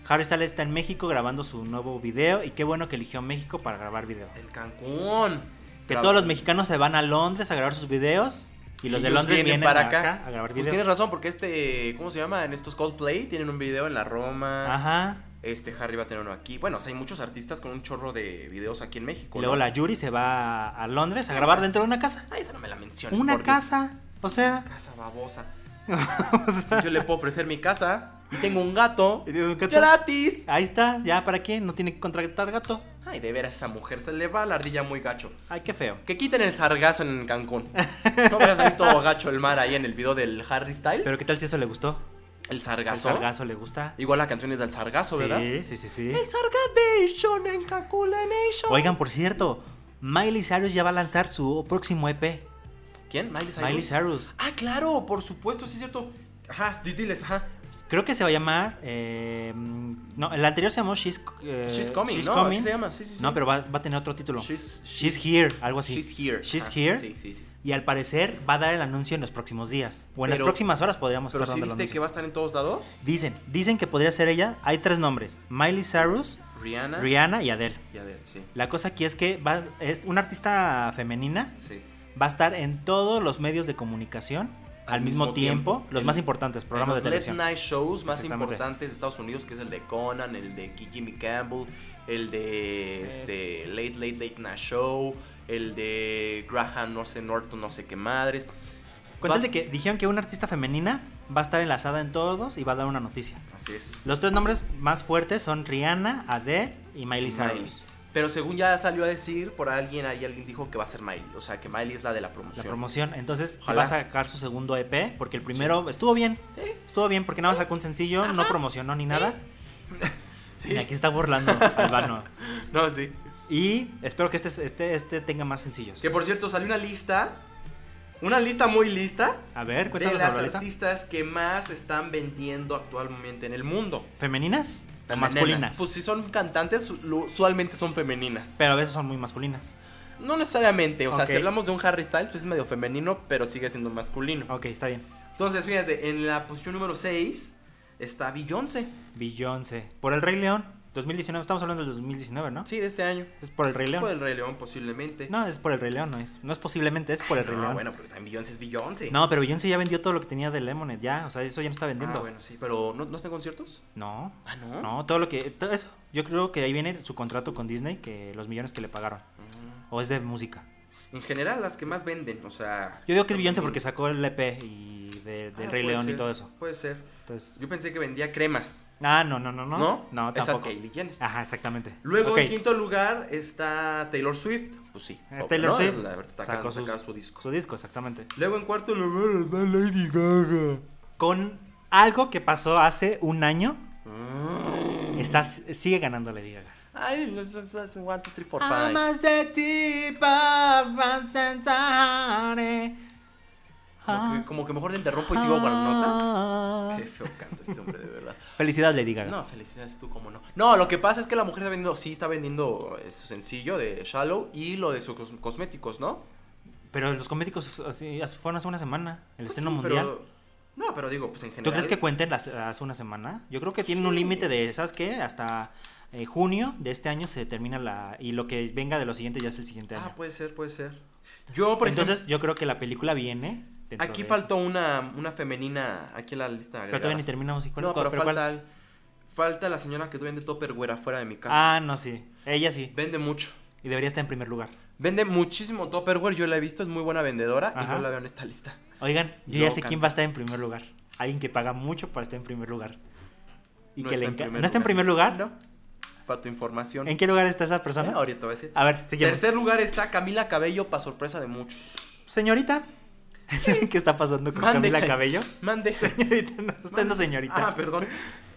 D: Harry Styles está en México grabando su nuevo video y qué bueno que eligió México para grabar video.
E: El Cancún.
D: Que
E: Graba-
D: todos los mexicanos se van a Londres a grabar sus videos y los de
E: ellos
D: Londres vienen, para acá. a grabar
E: Pues
D: videos.
E: tienes razón, porque este, ¿cómo se llama? En estos Coldplay tienen un video en la Roma.
D: Ajá.
E: Este Harry va a tener uno aquí. Bueno, o sea, hay muchos artistas con un chorro de videos aquí en México.
D: Y luego
E: ¿no?
D: la Yuri se va a Londres a grabar dentro de una casa.
E: Ay, esa no me la menciones.
D: Una
E: porque-
D: casa. O sea,
E: Casa babosa.
D: o sea,
E: Yo le puedo ofrecer mi casa. Y tengo un gato.
D: Y tienes un gato.
E: ¡Gratis!
D: ahí está, ya para qué, no tiene que contratar gato.
E: Ay, de veras, esa mujer se le va la ardilla muy gacho.
D: Ay, qué feo.
E: Que quiten el sargazo en Cancún. No vayas a salir todo gacho el mar ahí en el video del Harry Styles.
D: Pero qué tal si eso le gustó.
E: El
D: El
E: sargazo.
D: sargazo le gusta.
E: Igual la canción es del sargazo, ¿verdad?
D: Sí, sí, sí, sí.
E: Sargadation en Cancún Nation.
D: Oigan, por cierto, Miley Cyrus ya va a lanzar su próximo EP.
E: ¿Quién? Miley Cyrus.
D: Miley Cyrus.
E: Ah, claro, por supuesto, sí es cierto. Ajá, di- diles, ajá.
D: Creo que se va a llamar. eh, no, el anterior se llamó She's, eh,
E: She's coming, ¿no?
D: Coming.
E: Así se llama, sí, sí, sí.
D: No, pero va, va a tener otro título.
E: She's-
D: She's Here, algo así.
E: She's here.
D: She's
E: Ajá,
D: Here.
E: Sí, sí, sí.
D: Y al parecer va a dar el anuncio en los próximos días. O en las
E: Pero-
D: próximas horas podríamos
E: Pero
D: estar
E: sí
D: dando el
E: viste que
D: anuncio.
E: va a estar en todos lados.
D: Dicen, dicen que podría ser ella. Hay tres nombres: Miley Cyrus,
E: Rihanna.
D: Rihanna y Adele.
E: Y Adele, sí.
D: La cosa aquí es que va, es una artista femenina
E: Sí.
D: va a estar en todos los medios de comunicación al, mismo, tiempo, los
E: En-
D: más importantes, programas
E: En
D: de
E: los late
D: televisión.
E: night shows más
D: Exactamente.
E: importantes de Estados Unidos, que es el de Conan, el de Jimmy Campbell, el de este Late Late Late Night Show, el de Graham, no sé, Norton, no sé qué madres.
D: Con tal de que dijeron que una artista femenina va a estar enlazada en todos y va a dar una noticia.
E: Así es.
D: Los tres nombres más fuertes son Rihanna, Adele y Miley Cyrus.
E: Miley. Pero según ya salió a decir por alguien, ahí alguien dijo que va a ser Miley. O sea, que Miley es la de la
D: La
E: promoción.
D: promoción. Entonces, sí
E: Ojalá.
D: va a sacar su segundo EP porque el primero estuvo bien. Estuvo bien porque nada más sacó un sencillo, no promocionó ni nada.
E: Sí.
D: Y aquí está burlando Albano.
E: No, sí.
D: Y espero que este, este, este tenga más sencillos.
E: Que por cierto, salió una lista. Una lista muy lista.
D: A ver,
E: De
D: cuéntanos
E: las
D: sobre la lista.
E: artistas que más están vendiendo actualmente en el mundo.
D: ¿Femeninas o
E: Femeninas.
D: masculinas?
E: Pues si son cantantes, lu- usualmente son femeninas.
D: Pero a veces son muy masculinas.
E: No necesariamente, o sea,
D: Ok.
E: si hablamos de un Harry Styles, pues es medio femenino, pero sigue siendo masculino.
D: Ok, está bien.
E: Entonces, fíjate, en la posición número 6 está Beyoncé.
D: Beyoncé. Por el Rey León. 2019. Estamos hablando del 2019, ¿no?
E: Sí, de este año.
D: Es por el Rey León.
E: Por el Rey León, posiblemente.
D: No, es por el Rey León, no es. No es posiblemente, es por el Rey
E: No,
D: León.
E: Ah, bueno, pero también Beyoncé es Beyoncé.
D: No, pero Beyoncé ya vendió todo lo que tenía de Lemonade, ya. O sea, eso ya no está vendiendo.
E: Ah, bueno, sí, pero ¿no, ¿no está en conciertos?
D: No.
E: Ah, ¿no?
D: No, todo lo que. todo eso. Yo creo que ahí viene su contrato con Disney, que los millones que le pagaron. O es de música.
E: Mm. En general, las que más venden, o sea...
D: Yo digo que es Beyoncé
E: también.
D: porque sacó el EP y de- del
E: Ah,
D: Rey
E: puede
D: León y
E: ser,
D: todo eso.
E: Puede ser.
D: Entonces.
E: Yo pensé que vendía cremas,
D: Ah, no, no, no, no.
E: ¿no?
D: No,
E: Esas
D: tampoco.
E: que Kylie Jenner.
D: Ajá, exactamente.
E: Luego
D: Ok.
E: en quinto lugar está Taylor Swift. Pues sí.
D: Eh,
E: obvio,
D: Taylor
E: ¿no?
D: Swift
E: La- saca-
D: sacó
E: saca
D: sus-
E: su disco.
D: Su disco, exactamente.
E: Luego en cuarto lugar está Lady Gaga.
D: Con algo que pasó hace un año, está, sigue ganando Lady Gaga.
E: Ay, los los- los- one, two, three, four, five.
D: Amas de ti, pa, pa, sensare.
E: Como que, como que mejor te interrumpo y
D: Ah.
E: sigo con la nota. Qué feo canta este hombre, de verdad.
D: Felicidades, Lady Gaga.
E: No, felicidades tú, como no. No, lo que pasa es que la mujer está vendiendo, sí está vendiendo eh, su sencillo de Shallow y lo de sus cos- cosméticos, ¿no?
D: Pero los cosméticos así, hace- fueron hace una semana, el
E: Pues
D: estreno
E: sí,
D: mundial.
E: Pero, no, pero digo, pues en general.
D: ¿Tú crees que cuenten las- hace una semana? Yo creo que tienen un
E: Sí.
D: límite de, ¿sabes qué? Hasta eh, junio de este año se termina la... Y lo que venga de lo siguiente ya es el siguiente año.
E: Ah, puede ser, puede ser. Yo, por
D: Entonces
E: ejemplo,
D: yo creo que la película viene... dentro
E: aquí
D: de-
E: faltó una, una femenina aquí en la lista.
D: Pero
E: Agregada.
D: todavía ni terminamos. ¿y cuál-
E: no,
D: cuál- pero
E: pero,
D: cuál?
E: falta, falta la señora que vende Topperware afuera de mi casa.
D: Ah, no, sí. Ella sí.
E: Vende mucho.
D: Y debería estar en primer lugar.
E: Vende muchísimo Topperware. Yo la he visto, es muy buena vendedora
D: Ajá.
E: y no la veo en esta lista.
D: Oigan, yo ya
E: Loca.
D: sé quién va a estar en primer lugar. Alguien que paga mucho para estar en primer lugar. Y
E: No
D: que
E: está
D: le
E: en
D: encanta.
E: primer
D: ¿No está en primer lugar?
E: No. Para tu información.
D: ¿En qué Ah, lugar está esa
E: Eh,
D: persona?
E: Ahorita voy a decir.
D: A ver, seguimos.
E: Tercer lugar está Camila Cabello, para sorpresa de muchos.
D: Señorita. ¿Qué está pasando con
E: Mande.
D: Camila Cabello?
E: Mande.
D: Señorita, no, usted no, señorita.
E: Ah, perdón.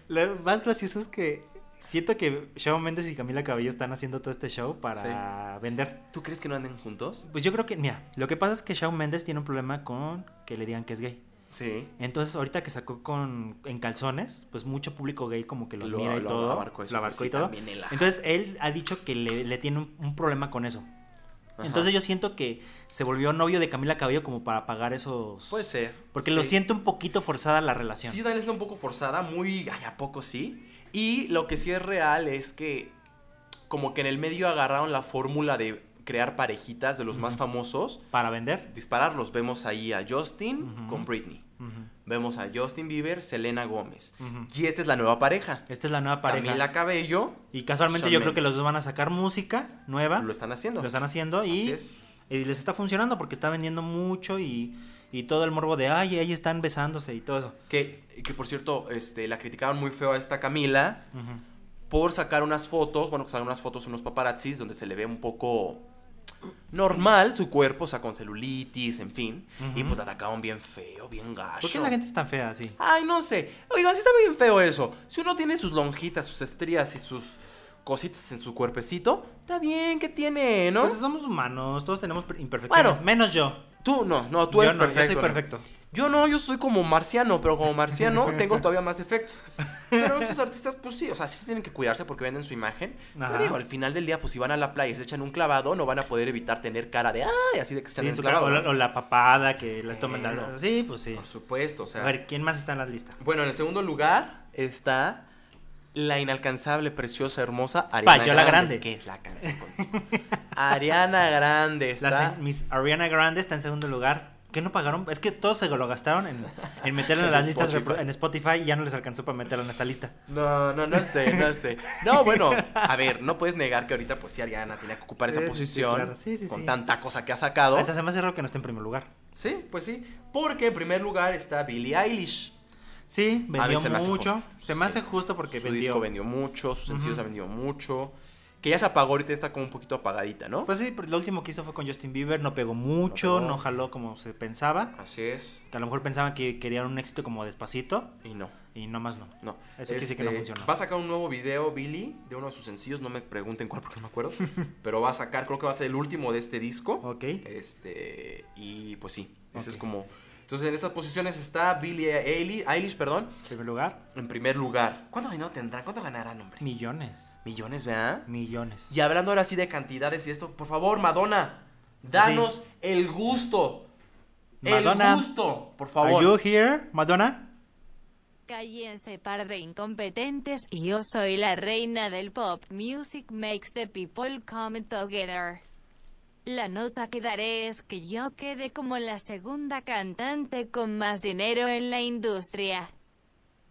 D: Lo más gracioso es que siento que Shawn Mendes y Camila Cabello están haciendo todo este show para vender.
E: ¿Tú crees que no anden juntos?
D: Pues yo creo que, mira, lo que pasa es que Shawn Mendes tiene un problema con que le digan que es gay.
E: Sí.
D: Entonces, ahorita que sacó con en calzones, pues mucho público gay como que lo,
E: Lo-
D: mira y
E: lo
D: todo.
E: abarcó eso,
D: lo abarcó
E: pues
D: y
E: sí,
D: todo.
E: también él, ajá.
D: Entonces, él ha dicho que le, le tiene un, un problema con eso.
E: Ajá.
D: Entonces, yo siento que se volvió novio de Camila Cabello como para pagar esos.
E: Puede ser.
D: Porque lo
E: Pues, Sí.
D: siento un poquito forzada la relación.
E: Sí, también está un poco forzada, muy. Ay, ¿a poco sí? Y lo que sí es real es que, como que en el medio agarraron la fórmula de crear parejitas de los más famosos,
D: para vender.
E: dispararlos. Vemos ahí a Justin con Britney.
D: Ujú.
E: Vemos a Justin Bieber, Selena Gómez.
D: Ujú.
E: Y esta es la nueva pareja.
D: Esta es la nueva pareja.
E: Camila Cabello
D: Y casualmente
E: Shawn
D: yo creo que
E: Mendes.
D: los dos van a sacar música nueva.
E: lo están haciendo.
D: Ah. Lo están haciendo y,
E: Así es.
D: y les está funcionando porque está vendiendo mucho y, y todo el morbo de, ay, ahí están besándose y todo eso.
E: Que, que, por cierto, este, la criticaron muy feo a esta Camila
D: Ujú.
E: por sacar unas fotos, bueno, que sacaron unas fotos unos paparazzis donde se le ve un poco normal su cuerpo, o sea, con celulitis, en fin. Y
D: Ujú.
E: pues la atacaron bien feo, bien gacho.
D: ¿Por qué la gente es tan fea así?
E: Ay, no sé. Oigan, sí está bien feo eso. Si uno tiene sus lonjitas, sus estrías y sus cositas en su cuerpecito, está bien que tiene, ¿no?
D: Pues somos humanos, todos tenemos per- imperfecciones.
E: Bueno.
D: menos yo.
E: Tú no, no, tú
D: Yo
E: eres
D: no, yo
E: perfecto.
D: soy
E: ¿no?
D: perfecto.
E: Yo no, yo soy como marciano, pero como marciano tengo todavía más efectos. Pero estos artistas, pues sí, o sea, sí se tienen que cuidarse porque venden su imagen.
D: Ajá.
E: Pero digo, al final del día, pues si van a la playa y se echan un clavado, no van a poder evitar tener cara de ¡ay! Así de que se echan
D: Sí,
E: un
D: su cara-
E: clavado.
D: o, la,
E: ¿no?
D: o la papada que las toman. la-
E: Claro.
D: Sí, pues sí.
E: Por supuesto, o sea.
D: A ver, ¿quién más está en la lista?
E: Bueno, en el segundo lugar está la inalcanzable, preciosa, hermosa Ariana
D: Payola Grande.
E: ¿Qué es la canción? contigo. Ariana Grande
D: La
E: está.
D: se- Miss Ariana Grande está en segundo lugar. ¿Qué no pagaron? Es que todos se lo gastaron en, en meterla en
E: En
D: las listas
E: Spotify.
D: repro- en Spotify y ya no les alcanzó para meterla en esta lista.
E: No, no, no sé, no sé. No, bueno, a ver, no puedes negar que ahorita, pues sí, Ariana tenía que ocupar
D: Sí,
E: esa
D: sí, sí,
E: posición
D: claro. Sí, sí,
E: con
D: sí.
E: tanta cosa que ha sacado.
D: Hasta se me hace raro que no esté en primer lugar.
E: Sí, pues sí. Porque en primer lugar está Billie Eilish.
D: Sí,
E: A mí
D: vendió
E: se me hace
D: mucho.
E: justo.
D: Se me
E: Sí.
D: hace justo porque
E: su
D: vendió.
E: disco vendió mucho, sus sencillos
D: Ujú.
E: han vendido mucho. Que ya se apagó, ahorita está como un poquito apagadita, ¿no?
D: Pues sí, pero lo último que hizo fue con Justin Bieber, no pegó mucho,
E: No
D: no,
E: pegó.
D: jaló como se pensaba.
E: Así es.
D: Que a lo mejor pensaban que querían un éxito como despacito
E: Y no,
D: y no más no.
E: no.
D: Eso quiere decir que no
E: Este,
D: funcionó.
E: Va a sacar un nuevo video, Billie, de uno de sus sencillos. No me pregunten cuál porque no me acuerdo. pero va a sacar, creo que va a ser el último de este disco.
D: Ok.
E: Este, y pues sí, eso es
D: Ok.
E: como... Entonces en estas posiciones está Billie Eilish, Eilish, perdón,
D: primer lugar,
E: en primer lugar. ¿Cuánto dinero tendrán? ¿Cuánto ganarán, hombre?
D: millones.
E: Millones, ¿verdad?
D: Millones.
E: Y hablando ahora sí de cantidades y esto, por favor, Madonna, danos el gusto.
D: Madonna,
E: el gusto, por
D: Are you
E: favor.
D: here, Madonna?
I: Cállense par de incompetentes y yo soy la reina del pop. Music makes the people come together. La nota que daré es que yo quedé como la segunda cantante con más dinero en la industria.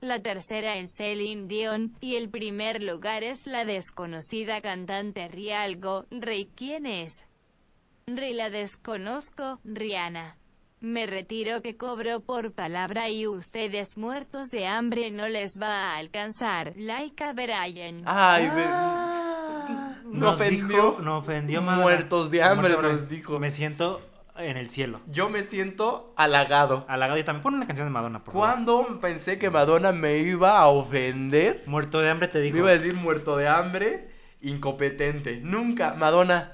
I: La tercera es Celine Dion y el primer lugar es la desconocida cantante Rialgo. Rey, ¿quién es? Rey la desconozco, Rihanna. Me retiro que cobro por palabra y ustedes muertos de hambre no les va a alcanzar. Laika Brian.
E: Ay, ve-
G: Ah.
E: me
D: Nos
E: ofendió.
D: dijo- nos ofendió Madonna.
E: Muertos de hambre,
D: Muertos de
E: nos dijo.
D: Me siento en el cielo.
E: Yo me siento halagado.
D: Halagado y también pon una canción de Madonna, por favor.
E: Cuando pensé que Madonna me iba a ofender,
D: Muerto de hambre te dijo.
E: Me iba a decir muerto de hambre, incompetente. Nunca, Madonna.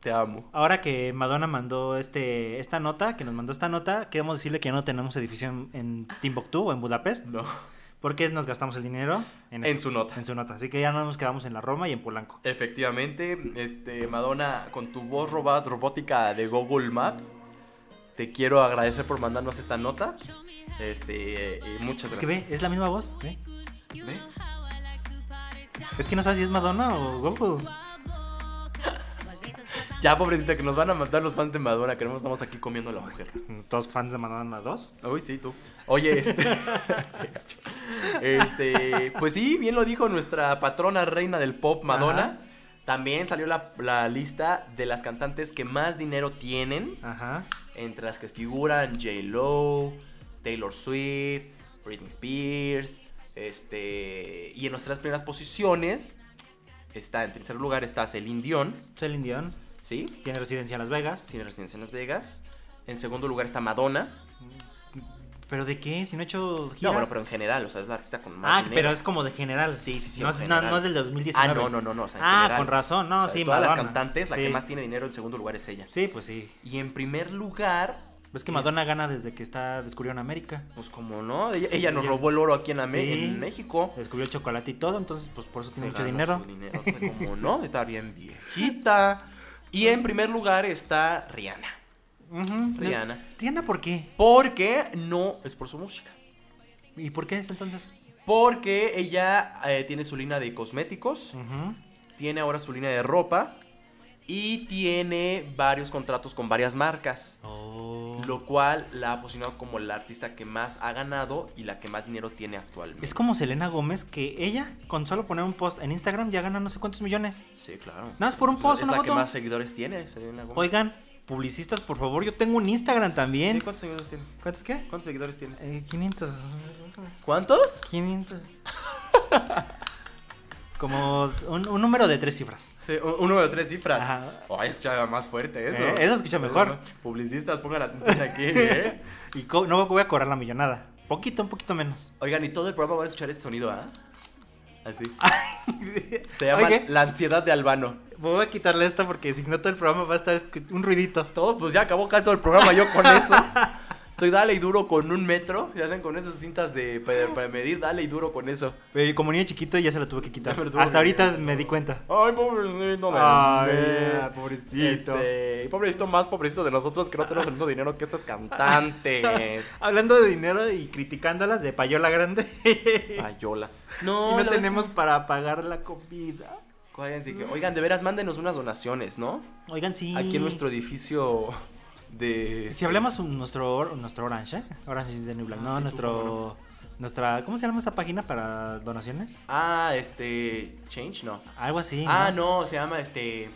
E: Te amo.
D: Ahora que Madonna mandó este, esta nota, que nos mandó esta nota, queremos decirle que ya no tenemos edificio en, en Timbuktu o en Budapest.
E: No.
D: Porque nos gastamos el dinero
E: En
D: eso-
E: su nota.
D: En su nota. Así que ya no nos quedamos en la Roma y en Polanco.
E: Efectivamente, este, Madonna, con tu voz robot- robótica de Google Maps, te quiero agradecer por mandarnos esta nota. Este, y muchas
D: Es
E: gracias.
D: que ve, es la misma voz. ve.
E: ¿Ve?
D: Es que no sabes si es Madonna o Google.
E: Ya, pobrecita, que nos van a matar los fans de Madonna, que no estamos aquí comiendo a la mujer.
D: Todos fans de Madonna 2.
E: Uy, sí, tú. Oye, este. qué gacho. este. Pues sí, bien lo dijo nuestra patrona reina del pop, Madonna.
D: Ajá.
E: También salió la, la lista de las cantantes que más dinero tienen.
D: Ajá.
E: Entre las que figuran J-Lo, Taylor Swift, Britney Spears. Este. Y en nuestras primeras posiciones. Está en tercer lugar está Celine Dion.
D: Celine Dion.
E: ¿Sí?
D: Tiene residencia en Las Vegas.
E: Tiene residencia en Las Vegas. En segundo lugar está Madonna.
D: ¿Pero de qué? Si no he hecho giras.
E: No, bueno, pero en general, o sea, es la artista con más
D: Ah,
E: dinero.
D: pero es como de general.
E: Sí, sí, sí,
D: No,
E: en
D: es, no-
E: general.
D: no es del
E: Ah,
D: 2019.
E: no, no, no, no. o sea, en
D: ah,
E: general.
D: con razón. No,
E: O sea, de
D: sí,
E: todas las
D: Madonna.
E: cantantes, la
D: Sí.
E: que más tiene dinero en segundo lugar es ella.
D: Sí, pues sí.
E: Y en primer lugar.
D: Ves que Madonna
E: es-
D: gana desde que está descubrió en América.
E: Pues como no, ella, ella nos
D: Ella-
E: robó el oro aquí en, Amé-
D: Sí.
E: en México.
D: Descubrió el chocolate y todo, entonces pues por eso
E: Se
D: tiene mucho
E: ganó
D: dinero.
E: su dinero, o sea, como no, está bien viejita. Y en primer lugar está Rihanna.
D: Ujú.
E: Rihanna.
D: Rihanna, ¿por qué?
E: Porque no es por su música.
D: ¿Y por qué es entonces?
E: Porque ella eh, tiene su línea de cosméticos.
D: Ujú.
E: tiene ahora su línea de ropa y tiene varios contratos con varias marcas, lo cual la ha posicionado como la artista que más ha ganado y la que más dinero tiene actualmente.
D: Es como Selena Gómez que ella con solo poner un post en Instagram ya gana no sé cuántos millones.
E: Sí, claro.
D: Nada más por un
E: Es-
D: post,
E: es
D: una
E: la
D: foto.
E: que más seguidores tiene, Selena Gómez.
D: Oigan, publicistas, por favor, yo tengo un Instagram
E: Sí,
D: también.
E: ¿cuántos seguidores tienes?
D: ¿Cuántos qué?
E: ¿Cuántos seguidores tienes?
D: Eh, 500.
E: ¿Cuántos?
D: 500. Como un, un número de tres cifras.
E: Sí, un, un número de tres cifras.
D: Ajá.
E: Oh, eso ya más fuerte, eso.
D: Eh, eso escucha mejor.
E: más- Publicistas, pongan atención aquí, ¿eh?
D: Y co- no voy a cobrar la millonada. Poquito, un poquito menos.
E: Oigan, y todo el programa va a escuchar este sonido, ¿ah? Así. Se llama
D: Oye.
E: La ansiedad de Albano.
D: Voy a quitarle esta porque si no todo el programa va a estar escu- un ruidito.
E: Todo, pues ya acabó casi todo el programa yo con eso. Estoy dale y duro con un metro. Ya hacen con esas cintas de para, para medir, dale y duro con eso.
D: Eh, como niño chiquito ya se la tuve que quitar.
E: Ya me lo tuve
D: Hasta
E: que
D: ahorita me di cuenta.
E: Ay, pobrecito,
D: me- me-
E: pobrecito.
D: este,
E: pobrecito más pobrecito de nosotros que no tenemos el mismo dinero que estas cantantes.
D: Hablando de dinero y criticándolas de payola grande.
E: Payola.
D: y
E: No,
D: no tenemos para pagar la comida.
E: que, oigan, de veras, mándenos unas donaciones, ¿no?
D: Oigan, sí.
E: Aquí en nuestro edificio de.
D: Si hablamos un- nuestro, or- nuestro Orange, ¿eh? Orange is the New Black.
E: Ah,
D: no,
E: sí,
D: nuestro.
E: tú,
D: Nuestra. ¿Cómo se llama esa página para donaciones?
E: Ah, este. Change, no.
D: Algo así.
E: Ah, no, se llama este.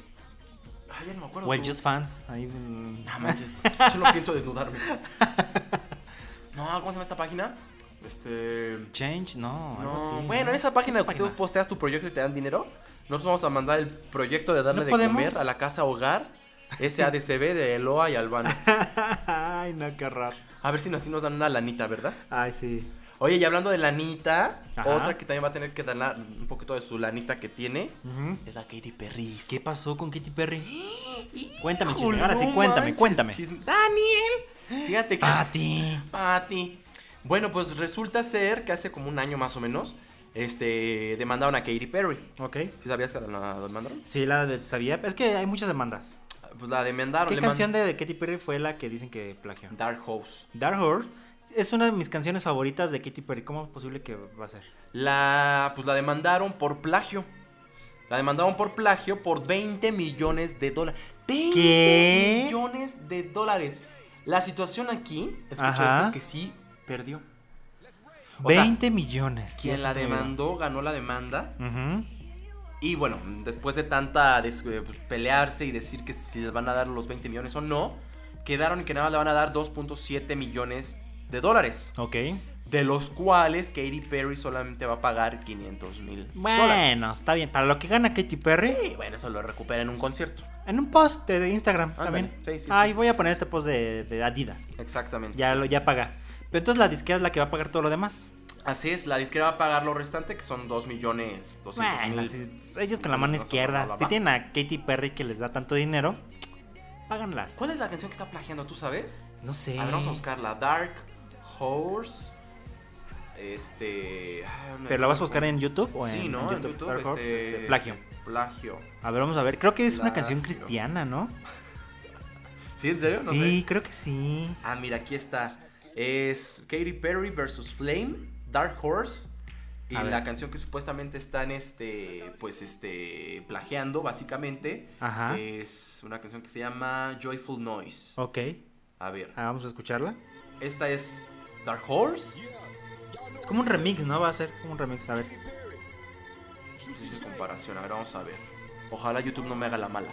E: Ay, ya no me acuerdo.
D: O el
E: tú.
D: Just Fans. Ahí, mm,
E: No manches, yo no pienso desnudarme. No, ¿cómo se llama esta página? Este.
D: Change, no. algo
E: No,
D: así,
E: bueno,
D: ¿no?
E: en esa página que tú
D: página.
E: posteas tu proyecto y te dan dinero, nosotros vamos a mandar el proyecto de darle
D: ¿No
E: de
D: podemos?
E: comer a la casa hogar SADCB de Eloa y Albano.
D: Ay, no, qué horror.
E: A ver si así nos dan una lanita, ¿verdad?
D: Ay, sí.
E: Oye, y hablando de lanita,
D: Ajá.
E: otra que también va a tener que dar un poquito de su lanita que tiene
D: Ujú.
E: es la Katy Perry.
D: ¿Qué pasó con Katy Perry? Cuéntame,
E: Híjole,
D: chisme. Ahora sí,
E: no
D: cuéntame,
E: manches,
D: cuéntame. Ah,
E: chisme. Daniel, fíjate que.
D: Pati.
E: Pati. Bueno, pues resulta ser que hace como un año más o menos, este, demandaron a Katy Perry.
D: Ok.
E: ¿Sí sabías que la demandaron?
D: Sí, la de- sabía. Es que hay muchas demandas.
E: Pues la demandaron.
D: ¿Qué
E: le
D: canción
E: mand-
D: de Katy Perry fue la que dicen que plagió?
E: Dark Horse.
D: Dark Horse es una de mis canciones favoritas de Katy Perry. ¿Cómo es posible que va a ser?
E: La, pues la demandaron por plagio. La demandaron por plagio por 20 millones de dólares. 20
D: ¿Qué?
E: millones de dólares. La situación aquí, escucha
D: Ajá.
E: esto, que sí perdió. O sea,
D: 20 millones.
E: Quien
D: Dios
E: la
D: mío.
E: demandó ganó la demanda.
D: Ujú.
E: Y bueno, después de tanta des- eh, pues, pelearse y decir que si les van a dar los 20 millones o no, quedaron que nada más le van a dar 2.7 millones de dólares.
D: Ok.
E: De los cuales Katy Perry solamente va a pagar 500 mil
D: Bueno, está bien. Para lo que gana Katy Perry,
E: Sí, bueno, eso lo recupera en un concierto.
D: en un post de de Instagram
E: Ándale.
D: también.
E: Sí, sí, sí,
D: Ay,
E: sí,
D: voy a
E: sí.
D: poner este post de, de Adidas.
E: Exactamente.
D: Ya
E: sí,
D: lo
E: sí,
D: ya
E: sí.
D: paga. Pero entonces la disquera es la que va a pagar todo lo demás.
E: Así es, la disquera va a pagar lo restante, que son 2 millones 200
D: Bueno,
E: mil.
D: si- ellos con la mano
E: Entonces, no se
D: izquierda.
E: va, va,
D: Si
E: va.
D: tienen a Katy Perry que les da tanto dinero, Páganlas.
E: ¿Cuál es la canción que está plagiando? ¿Tú sabes?
D: No sé.
E: A ver, vamos a buscarla. Dark Horse. Este. ay, no
D: ¿Pero la vas a
E: recuerdo.
D: buscar en YouTube o en,
E: Sí, ¿no? En YouTube.
D: Dark Horse,
E: este,
D: este, plagio.
E: Plagio.
D: A ver, vamos a ver. Creo que es una canción
E: Plagio.
D: cristiana, ¿no?
E: ¿Sí, en serio? No
D: sí,
E: sé.
D: creo que sí.
E: Ah, mira, aquí está. Es Katy Perry versus Flame, Dark Horse. Y
D: A ver.
E: la canción que supuestamente están, este, pues, este, plagiando, básicamente,
D: Ajá.
E: es una canción que se llama Joyful Noise.
D: Ok.
E: A ver,
D: Ah, vamos a escucharla.
E: esta es Dark Horse.
D: Es como un remix, ¿no? Va a ser como un remix. A ver.
E: Dice Pues comparación, a ver, vamos a ver. Ojalá YouTube no me haga la mala.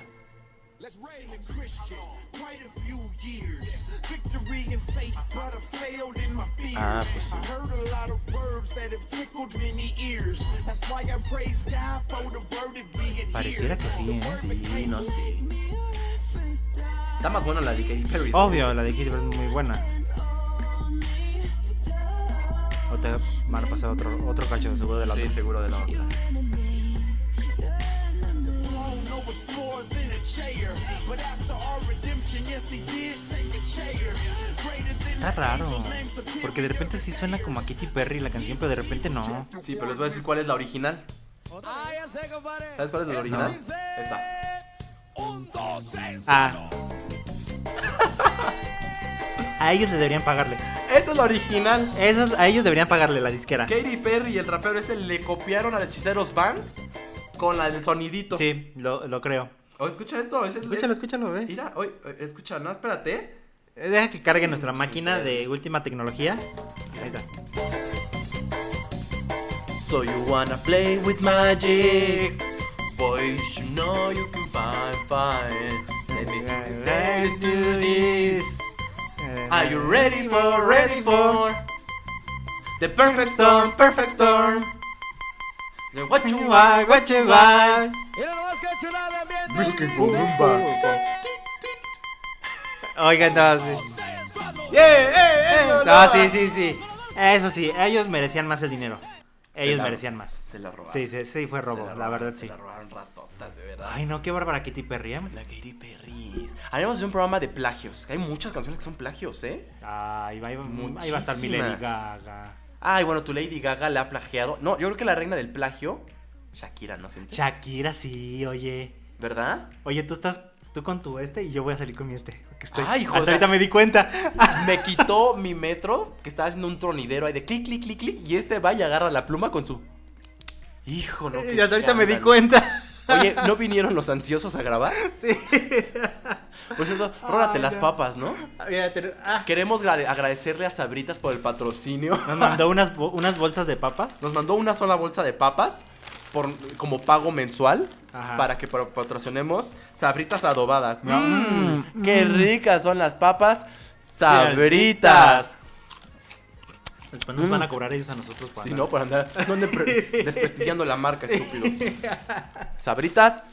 C: Let's raise a Christian. Quite a few years. Victory in faith, but I failed in my fears.
E: Ah, pues sí.
C: I heard a lot of words that have tickled many ears. That's why I praise God for the word of being
D: Pareciera que sí, ¿eh?
E: Sí, no sé. Está más buena la de Katy Perry. eso
D: Obvio, la de Katy Perry es muy buena. O te van a pasar otro, otro cacho, seguro de
E: sí.
D: la
E: Sí,
D: otra.
E: seguro de la otra.
C: No, it's more than a chair. But after our redemption, yes, he did take a chair. Greater than
D: Está raro. Porque de repente sí suena como a Katy Perry la canción, pero de repente no.
E: Sí, pero les voy a decir cuál es la original. ¿Sabes cuál es la original? Esta.
D: Ah.
E: Ah.
D: A ellos le deberían pagarles.
E: Esta es la original.
D: Esos, a ellos deberían pagarle la disquera.
E: Katy Perry y el rapero ese le copiaron al Hechiceros Band con la del sonidito.
D: Sí, lo, lo creo.
E: Oh, escucha esto. ese es-
D: Escúchalo,
E: es-
D: escúchalo, ve.
E: Mira, oye, oye, escucha, no, espérate.
D: Eh, Deja que cargue nuestra máquina de última tecnología. Ahí está.
E: So you wanna play with magic. Boy, you know you can find fine. Let me let me do this.
D: Eh,
E: Are you ready for, ready for the perfect storm, perfect storm? Then What you want, what you want.
D: Eh, Oigan, no, sí.
E: Yeah, eh, eh,
D: No, sí, sí, sí. Eso sí, ellos merecían más el dinero. Ellos
E: la-
D: merecían más.
E: Se la robaron.
D: Sí, sí, sí, fue
E: Se
D: robo, la
E: robaron,
D: verdad
E: se
D: sí.
E: la robaron ratotas, de verdad.
D: Ay, no, qué bárbara Katy Perry, ¿eh?
E: La Katy Perry. Habíamos de un programa de plagios. que Hay muchas canciones que son plagios, ¿eh?
D: Ay, ahí va, ahí va a estar mi Lady
E: Muchísimas.
D: Gaga.
E: Ay, bueno, tu Lady Gaga la ha plagiado. No, yo creo que la reina del plagio, Shakira, ¿no sientes?
D: Shakira, sí, oye.
E: ¿Verdad?
D: Oye, tú estás tú con tu este y yo voy a salir con mi este. porque estoy-
E: Ay, hijo,
D: Hasta
E: o sea-
D: ahorita me di cuenta.
E: Me quitó mi metro, que estaba haciendo un tronidero ahí de clic, clic, clic, clic, y este va y agarra la pluma con su... Hijo, no.
D: Y
E: qué
D: Eh, hasta ahorita me di
E: escándalo.
D: cuenta.
E: Oye, ¿no vinieron los ansiosos a grabar?
D: Sí.
E: Por cierto, rólate
D: Ay,
E: las
D: no.
E: papas, ¿no?
D: Mira, te- ah.
E: Queremos grade- agradecerle a Sabritas por el patrocinio.
D: Nos mandó unas, bo- unas bolsas de papas.
E: Nos mandó una sola bolsa de papas por, como pago mensual
D: Ajá.
E: para que pro- patrocinemos sabritas adobadas.
D: No.
E: Mm, ¡Qué ricas son las papas
D: Sabritas.
E: sabritas! Mm.
D: Después nos van a cobrar ellos a nosotros. por
E: Si
D: andar.
E: no, por andar no anden pre- desprestigiando la marca, estúpidos. Sabritas,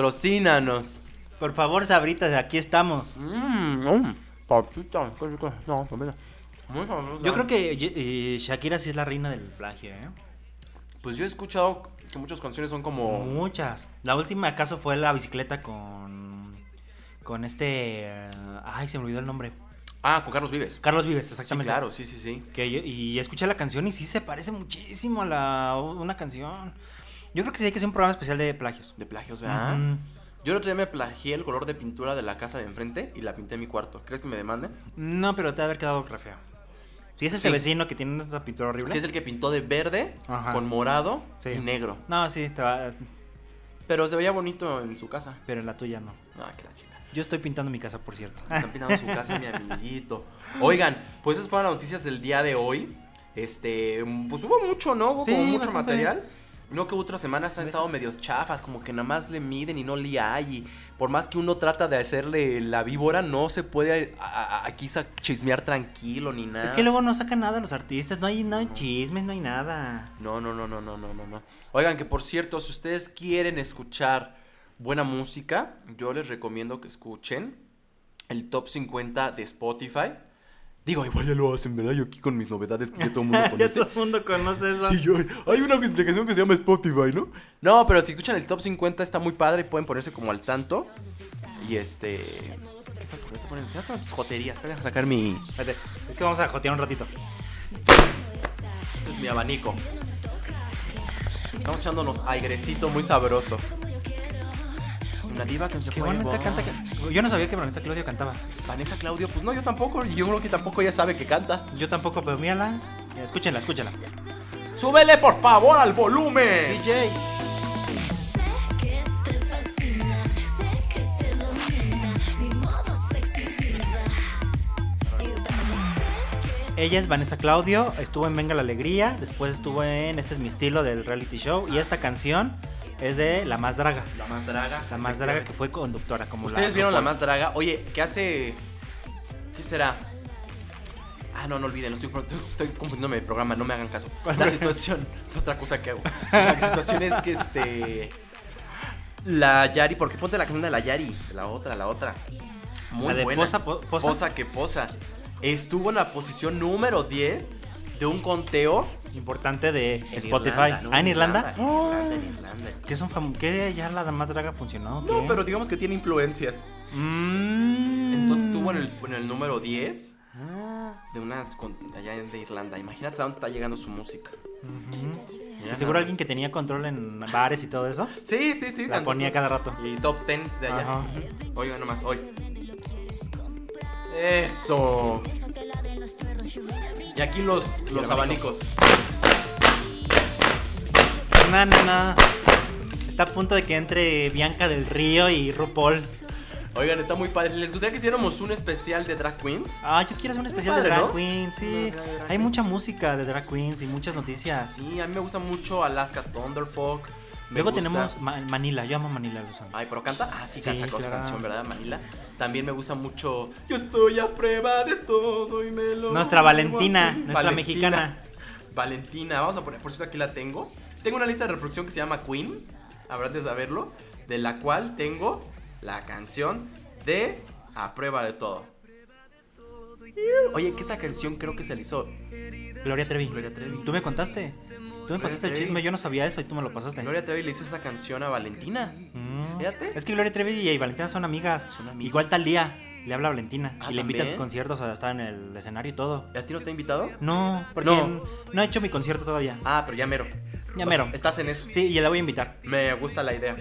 E: patrocínanos.
D: Por favor, Sabritas, aquí estamos.
E: Mm, mm, papita, qué rico. No, papita. Muy sabrosa.
D: Yo creo que eh, Shakira sí es la reina del plagio, ¿eh?
E: Pues yo he escuchado que muchas canciones son como...
D: Muchas. La última acaso fue la bicicleta con. Con este. eh, Ay, se me olvidó el nombre.
E: Ah, con Carlos Vives.
D: Carlos Vives,
E: Sí,
D: exactamente.
E: claro, sí, sí, sí.
D: Que yo- y escuché la canción y sí se parece muchísimo a la una canción. Yo creo que sí hay que hacer un programa especial de plagios.
E: De plagios, ¿verdad?
D: Ujú.
E: Yo el otro día me plagié el color de pintura de la casa de enfrente y la pinté en mi cuarto. ¿Crees que me demanden?
D: No, pero te va a haber quedado re feo. Si es ese
E: Sí.
D: vecino que tiene una pintura horrible.
E: Si es el que pintó de verde,
D: Ajá.
E: con morado
D: Sí.
E: y negro.
D: No, sí, te va.
E: Pero se veía bonito en su casa.
D: Pero la tuya no.
E: Ah, que la chingada.
D: Yo estoy pintando mi casa, por cierto.
E: Están pintando su casa, mi amiguito. Oigan, pues esas fueron las noticias del día de hoy. Este, pues hubo mucho, ¿no? Hubo
D: Sí,
E: como mucho
D: bastante.
E: material. No que otras semanas han estado medio chafas, como que nada más le miden y no le hay. Y por más que uno trata de hacerle la víbora, no se puede a- a- aquí sa- chismear tranquilo ni nada.
D: Es que luego no sacan nada los artistas, no hay, no hay chismes, no hay nada.
E: No, no, no, no, no, no, no, no. Oigan, que por cierto, si ustedes quieren escuchar buena música, yo les recomiendo que escuchen el top 50 de Spotify. Digo, igual ya lo hacen, ¿verdad? Yo aquí con mis novedades que ya todo el mundo conoce.
D: el mundo conoce eso.
E: Y yo, hay una explicación que se llama Spotify, ¿no? No, pero si escuchan el top 50 está muy padre, pueden ponerse como al tanto. Y este, ¿Qué están por qué se ponen? ¿Se hacen tus joterías? Espera, a sacar mi.
D: Espérate, es que vamos a jotear un ratito.
E: Este es mi abanico. Estamos echándonos airecito muy sabroso. Una diva que se
D: Qué
E: fue,
D: bonita
E: wow.
D: canta que- Yo no sabía que Vanessa Claudio cantaba.
E: Vanessa Claudio, pues no, yo tampoco. y Yo creo que tampoco ella sabe que canta.
D: Yo tampoco, pero mírala. Escúchenla, escúchenla.
E: ¡Súbele por favor al volumen!
D: DJ.
F: Sé que te fascina, sé que te domina, mi modo sexy diva.
D: Ella es Vanessa Claudio, estuvo en Venga la Alegría, después estuvo en Este es mi estilo del reality show y esta canción es de La Más Draga.
E: La más draga.
D: La Más Draga que fue conductora como
E: Ustedes vieron la más draga. Oye, ¿qué hace? ¿Qué será? Ah, no, no olviden, estoy, estoy, estoy confundiéndome el programa, no me hagan caso. La situación, otra cosa que hago. La situación es que este. La Yari, porque ponte la canción de la Yari, la otra, la otra. Muy
D: La de
E: buena.
D: Posa, Po- Posa.
E: que posa. Estuvo en la posición número 10 de un conteo
D: importante de
E: en
D: Spotify.
E: ¿no?
D: ah, en Irlanda.
E: En Irlanda, en Irlanda.
D: Oh, ¿Qué son fam- ¿Qué ya la Más Draga funcionó? o
E: No,
D: qué?
E: pero digamos que tiene influencias.
D: Mm.
E: Entonces estuvo en el, en el número 10
D: Ah,
E: de unas con- allá de Irlanda. Imagínate a dónde está llegando su música.
D: ujú.
E: Ya.
D: Seguro alguien que tenía control en bares y todo eso.
E: Sí, sí, sí.
D: La
E: tanto-
D: ponía cada rato.
E: Y top 10 de allá.
D: Ajá.
E: Ujú. Oiga nomás, hoy. Eso. Y aquí los, los abanicos.
D: No, no, no. Está a punto de que entre Bianca del Río y RuPaul.
E: Oigan, está muy padre. ¿Les gustaría que hiciéramos un especial de Drag Queens?
D: Ah, yo quiero hacer un especial
E: padre,
D: de Drag
E: ¿no?
D: Queen, sí.
E: Una drag
D: Hay
E: queen.
D: mucha música de Drag Queens y muchas noticias.
E: Sí, a mí me gusta mucho Alaska Thunderfuck. Me
D: Luego
E: gusta-
D: tenemos Ma- Manila, yo amo Manila Luzón.
E: Ay, pero canta. Ah, sí,
D: Sí,
E: canta con su
D: claro.
E: canción, ¿verdad? Manila. También me gusta mucho. Yo estoy a prueba de todo y me lo.
D: Nuestra Valentina,
E: Valentina.
D: nuestra mexicana.
E: Valentina, vamos a poner. Por cierto, aquí la tengo. Tengo una lista de reproducción que se llama Queen. Habrán de saberlo. De la cual tengo la canción de A prueba de todo. Oye, que esta canción creo que se le hizo.
D: Gloria Trevi.
E: Gloria Trevi.
D: Tú me contaste. Tú me pasaste el
E: Trevi.
D: chisme, yo no sabía eso y tú me lo pasaste.
E: Gloria Trevi le hizo esta canción a Valentina.
D: Mm.
E: Fíjate.
D: Es que Gloria Trevi y Valentina son amigas.
E: amigas.
D: Igual tal día le habla a Valentina
E: Ah,
D: y le invita a sus
E: ¿también?
D: conciertos a estar en el escenario y todo.
E: ¿A ti no te ha invitado?
D: No, porque
E: No.
D: no, he hecho mi concierto todavía.
E: Ah, pero ya mero.
D: Ya
E: O
D: mero.
E: sea, Estás en eso.
D: Sí, y la voy a invitar.
E: Me gusta la idea.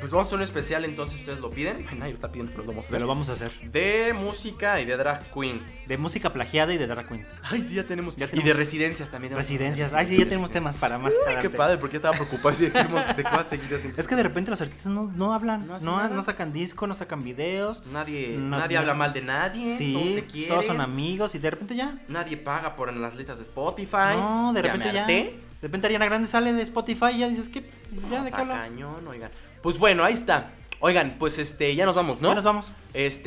E: Pues vamos a hacer un especial, entonces ustedes lo piden. Ay, Nadie lo está pidiendo, pero lo vamos a
D: Se
E: hacer.
D: lo vamos a hacer.
E: De música y de drag queens.
D: De música plagiada y de drag queens.
E: Ay, sí, ya tenemos.
D: tenemos.
E: Y de residencias también.
D: Residencias. Ay, sí, ya tenemos temas para más
E: Uy,
D: adelante.
E: qué padre, porque yo estaba preocupado. así, dijimos, ¿De qué vas a seguir así?
D: Es que de repente los artistas no, no hablan.
E: No
D: No,
E: hacen nada.
D: no sacan disco, no sacan videos.
E: nadie,
D: No,
E: nadie
D: no.
E: habla mal de nadie. todos se
D: Sí,
E: quieren.
D: todos son amigos y de repente ya.
E: Nadie paga por las listas de Spotify.
D: no, de
E: Ya
D: repente
E: me
D: ya.
E: harté.
D: De repente Ariana Grande sale de Spotify y ya dices, ¿qué? ¿Ya de qué
E: Está
D: hablan?
E: Ah, cañón, oigan. Pues bueno, ahí está. Oigan, pues este, ya nos vamos, ¿no?
D: Ya nos vamos.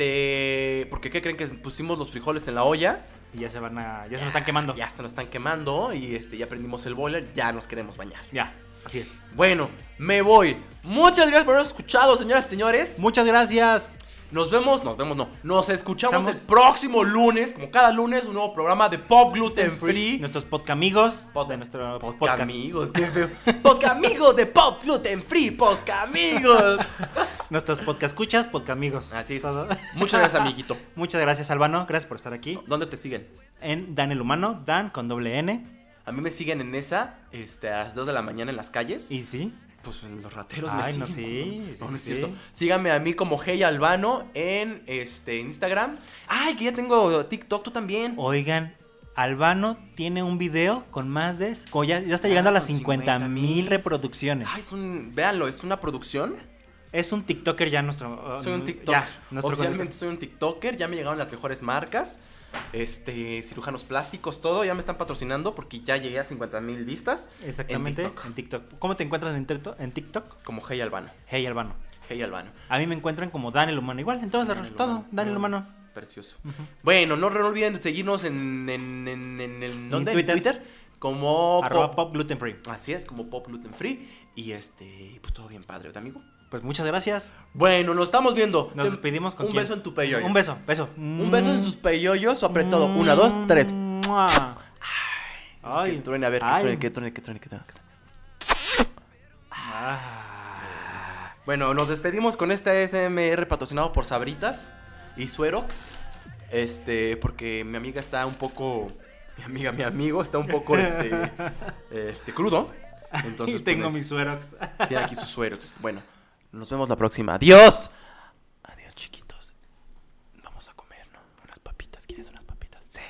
E: Este, porque qué creen que pusimos los frijoles en la olla?
D: Y ya se van a. Ya se nos están quemando.
E: Ya se nos están quemando y este ya prendimos el boiler, ya nos queremos bañar.
D: Ya, así es.
E: Bueno, me voy. Muchas gracias por haber escuchado, señoras y señores.
D: Muchas gracias.
E: Nos vemos, nos vemos no. Nos escuchamos
D: Estamos-
E: el próximo lunes, como cada lunes, un nuevo programa de Pop Gluten Free.
D: Nuestros podcamigos.
E: Pod-
D: de nuestro
E: Podcast,
D: podcast.
E: amigos, qué feo. Podcast amigos de Pop Gluten Free, podcast amigos.
D: Nuestros podcast escuchas, podcamigos.
E: Así es.
D: Todo.
E: Muchas gracias, amiguito.
D: Muchas gracias, Albano. Gracias por estar aquí.
E: ¿Dónde te siguen?
D: En Dan el Humano, Dan con doble N.
E: A mí me siguen en esa, este, a las 2 de la mañana en las calles.
D: Y sí.
E: Pues los rateros me
D: Ay,
E: siguen.
D: no, sí. sí,
E: No, no es
D: sí,
E: cierto.
D: sí.
E: Síganme a mí como Hey Albano en este en Instagram. Ay, que ya tengo TikTok, tú también.
D: Oh, Oigan, Albano tiene un video con más de. como ya, ya está llegando
E: Ah,
D: a las
E: con
D: 50 mil
E: 50,000.
D: reproducciones.
E: Ay, es un. Véanlo, es una producción.
D: Es un TikToker ya nuestro. ah,
E: Soy un TikTok.
D: Oh, Ya, nuestro
E: Oficialmente soy un TikToker. Ya me llegaron las mejores marcas. Este, cirujanos plásticos, todo. Ya me están patrocinando porque ya llegué a 50 mil vistas. en
D: Exactamente, en
E: TikTok,
D: TikTok. ¿Cómo te encuentras en TikTok? en TikTok?
E: como Hey Albano.
D: Hey Albano.
E: Hey Albano.
D: A mí me encuentran como Dan el Humano. Igual, en todas las
E: Daniel
D: redes, todo.
E: Humano.
D: Dan el
E: Mm,
D: Humano.
E: Precioso. Bueno, no, no olviden seguirnos en, en, en, en, el- ¿dónde? En
D: Twitter.
E: Como
D: Arroba
E: Pop-
D: pop gluten free.
E: Así es, como Pop Gluten Free. Y este, pues todo bien padre, ¿verdad, amigo?
D: Pues muchas gracias.
E: Bueno, nos estamos viendo.
D: Nos
E: Te-
D: despedimos con
E: Un
D: quién?
E: beso en tu peyoyo.
D: Un beso, beso. Mm,
E: Un beso en sus peyoyos, apretado. Una, dos, tres.
D: Mua.
E: Ay, que truene, a ver, que
D: ay.
E: truene, que truene, que truene, que truene, que truene. Ah. Bueno, nos despedimos con este SMR patrocinado por Sabritas. y Suerox. Este, porque mi amiga está un poco. Mi amiga, mi amigo está un poco este, este, crudo. Entonces,
D: y tengo
E: pues,
D: mis suerox.
E: Tiene aquí sus sueros. Bueno, nos vemos la próxima. ¡Adiós! Adiós, chiquitos. Vamos a comer, ¿no? Unas papitas. ¿Quieres unas papitas? Sí.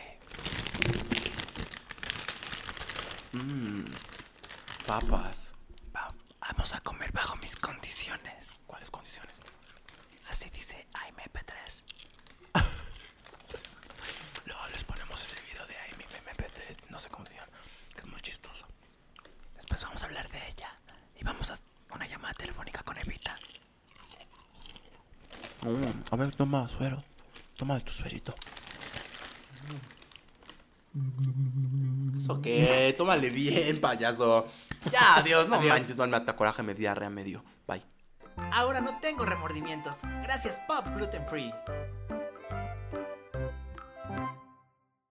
E: Mmm. Papas. Va- Vamos a comer bajo mis condiciones. ¿Cuáles condiciones? Así dice AMP3. Luego les ponemos ese video de AMP3. No sé cómo se llama. Que es muy chistoso. Después vamos a hablar de ella. Y vamos a una llamada telefónica con Evita. a ver, toma suero. Toma tu suerito. ¿Eso qué? Tómale bien, payaso. Ya, adiós, no manches, no me ata coraje, me diarrea, me dio. Bye.
J: Ahora no tengo remordimientos. Gracias, Pop Gluten Free.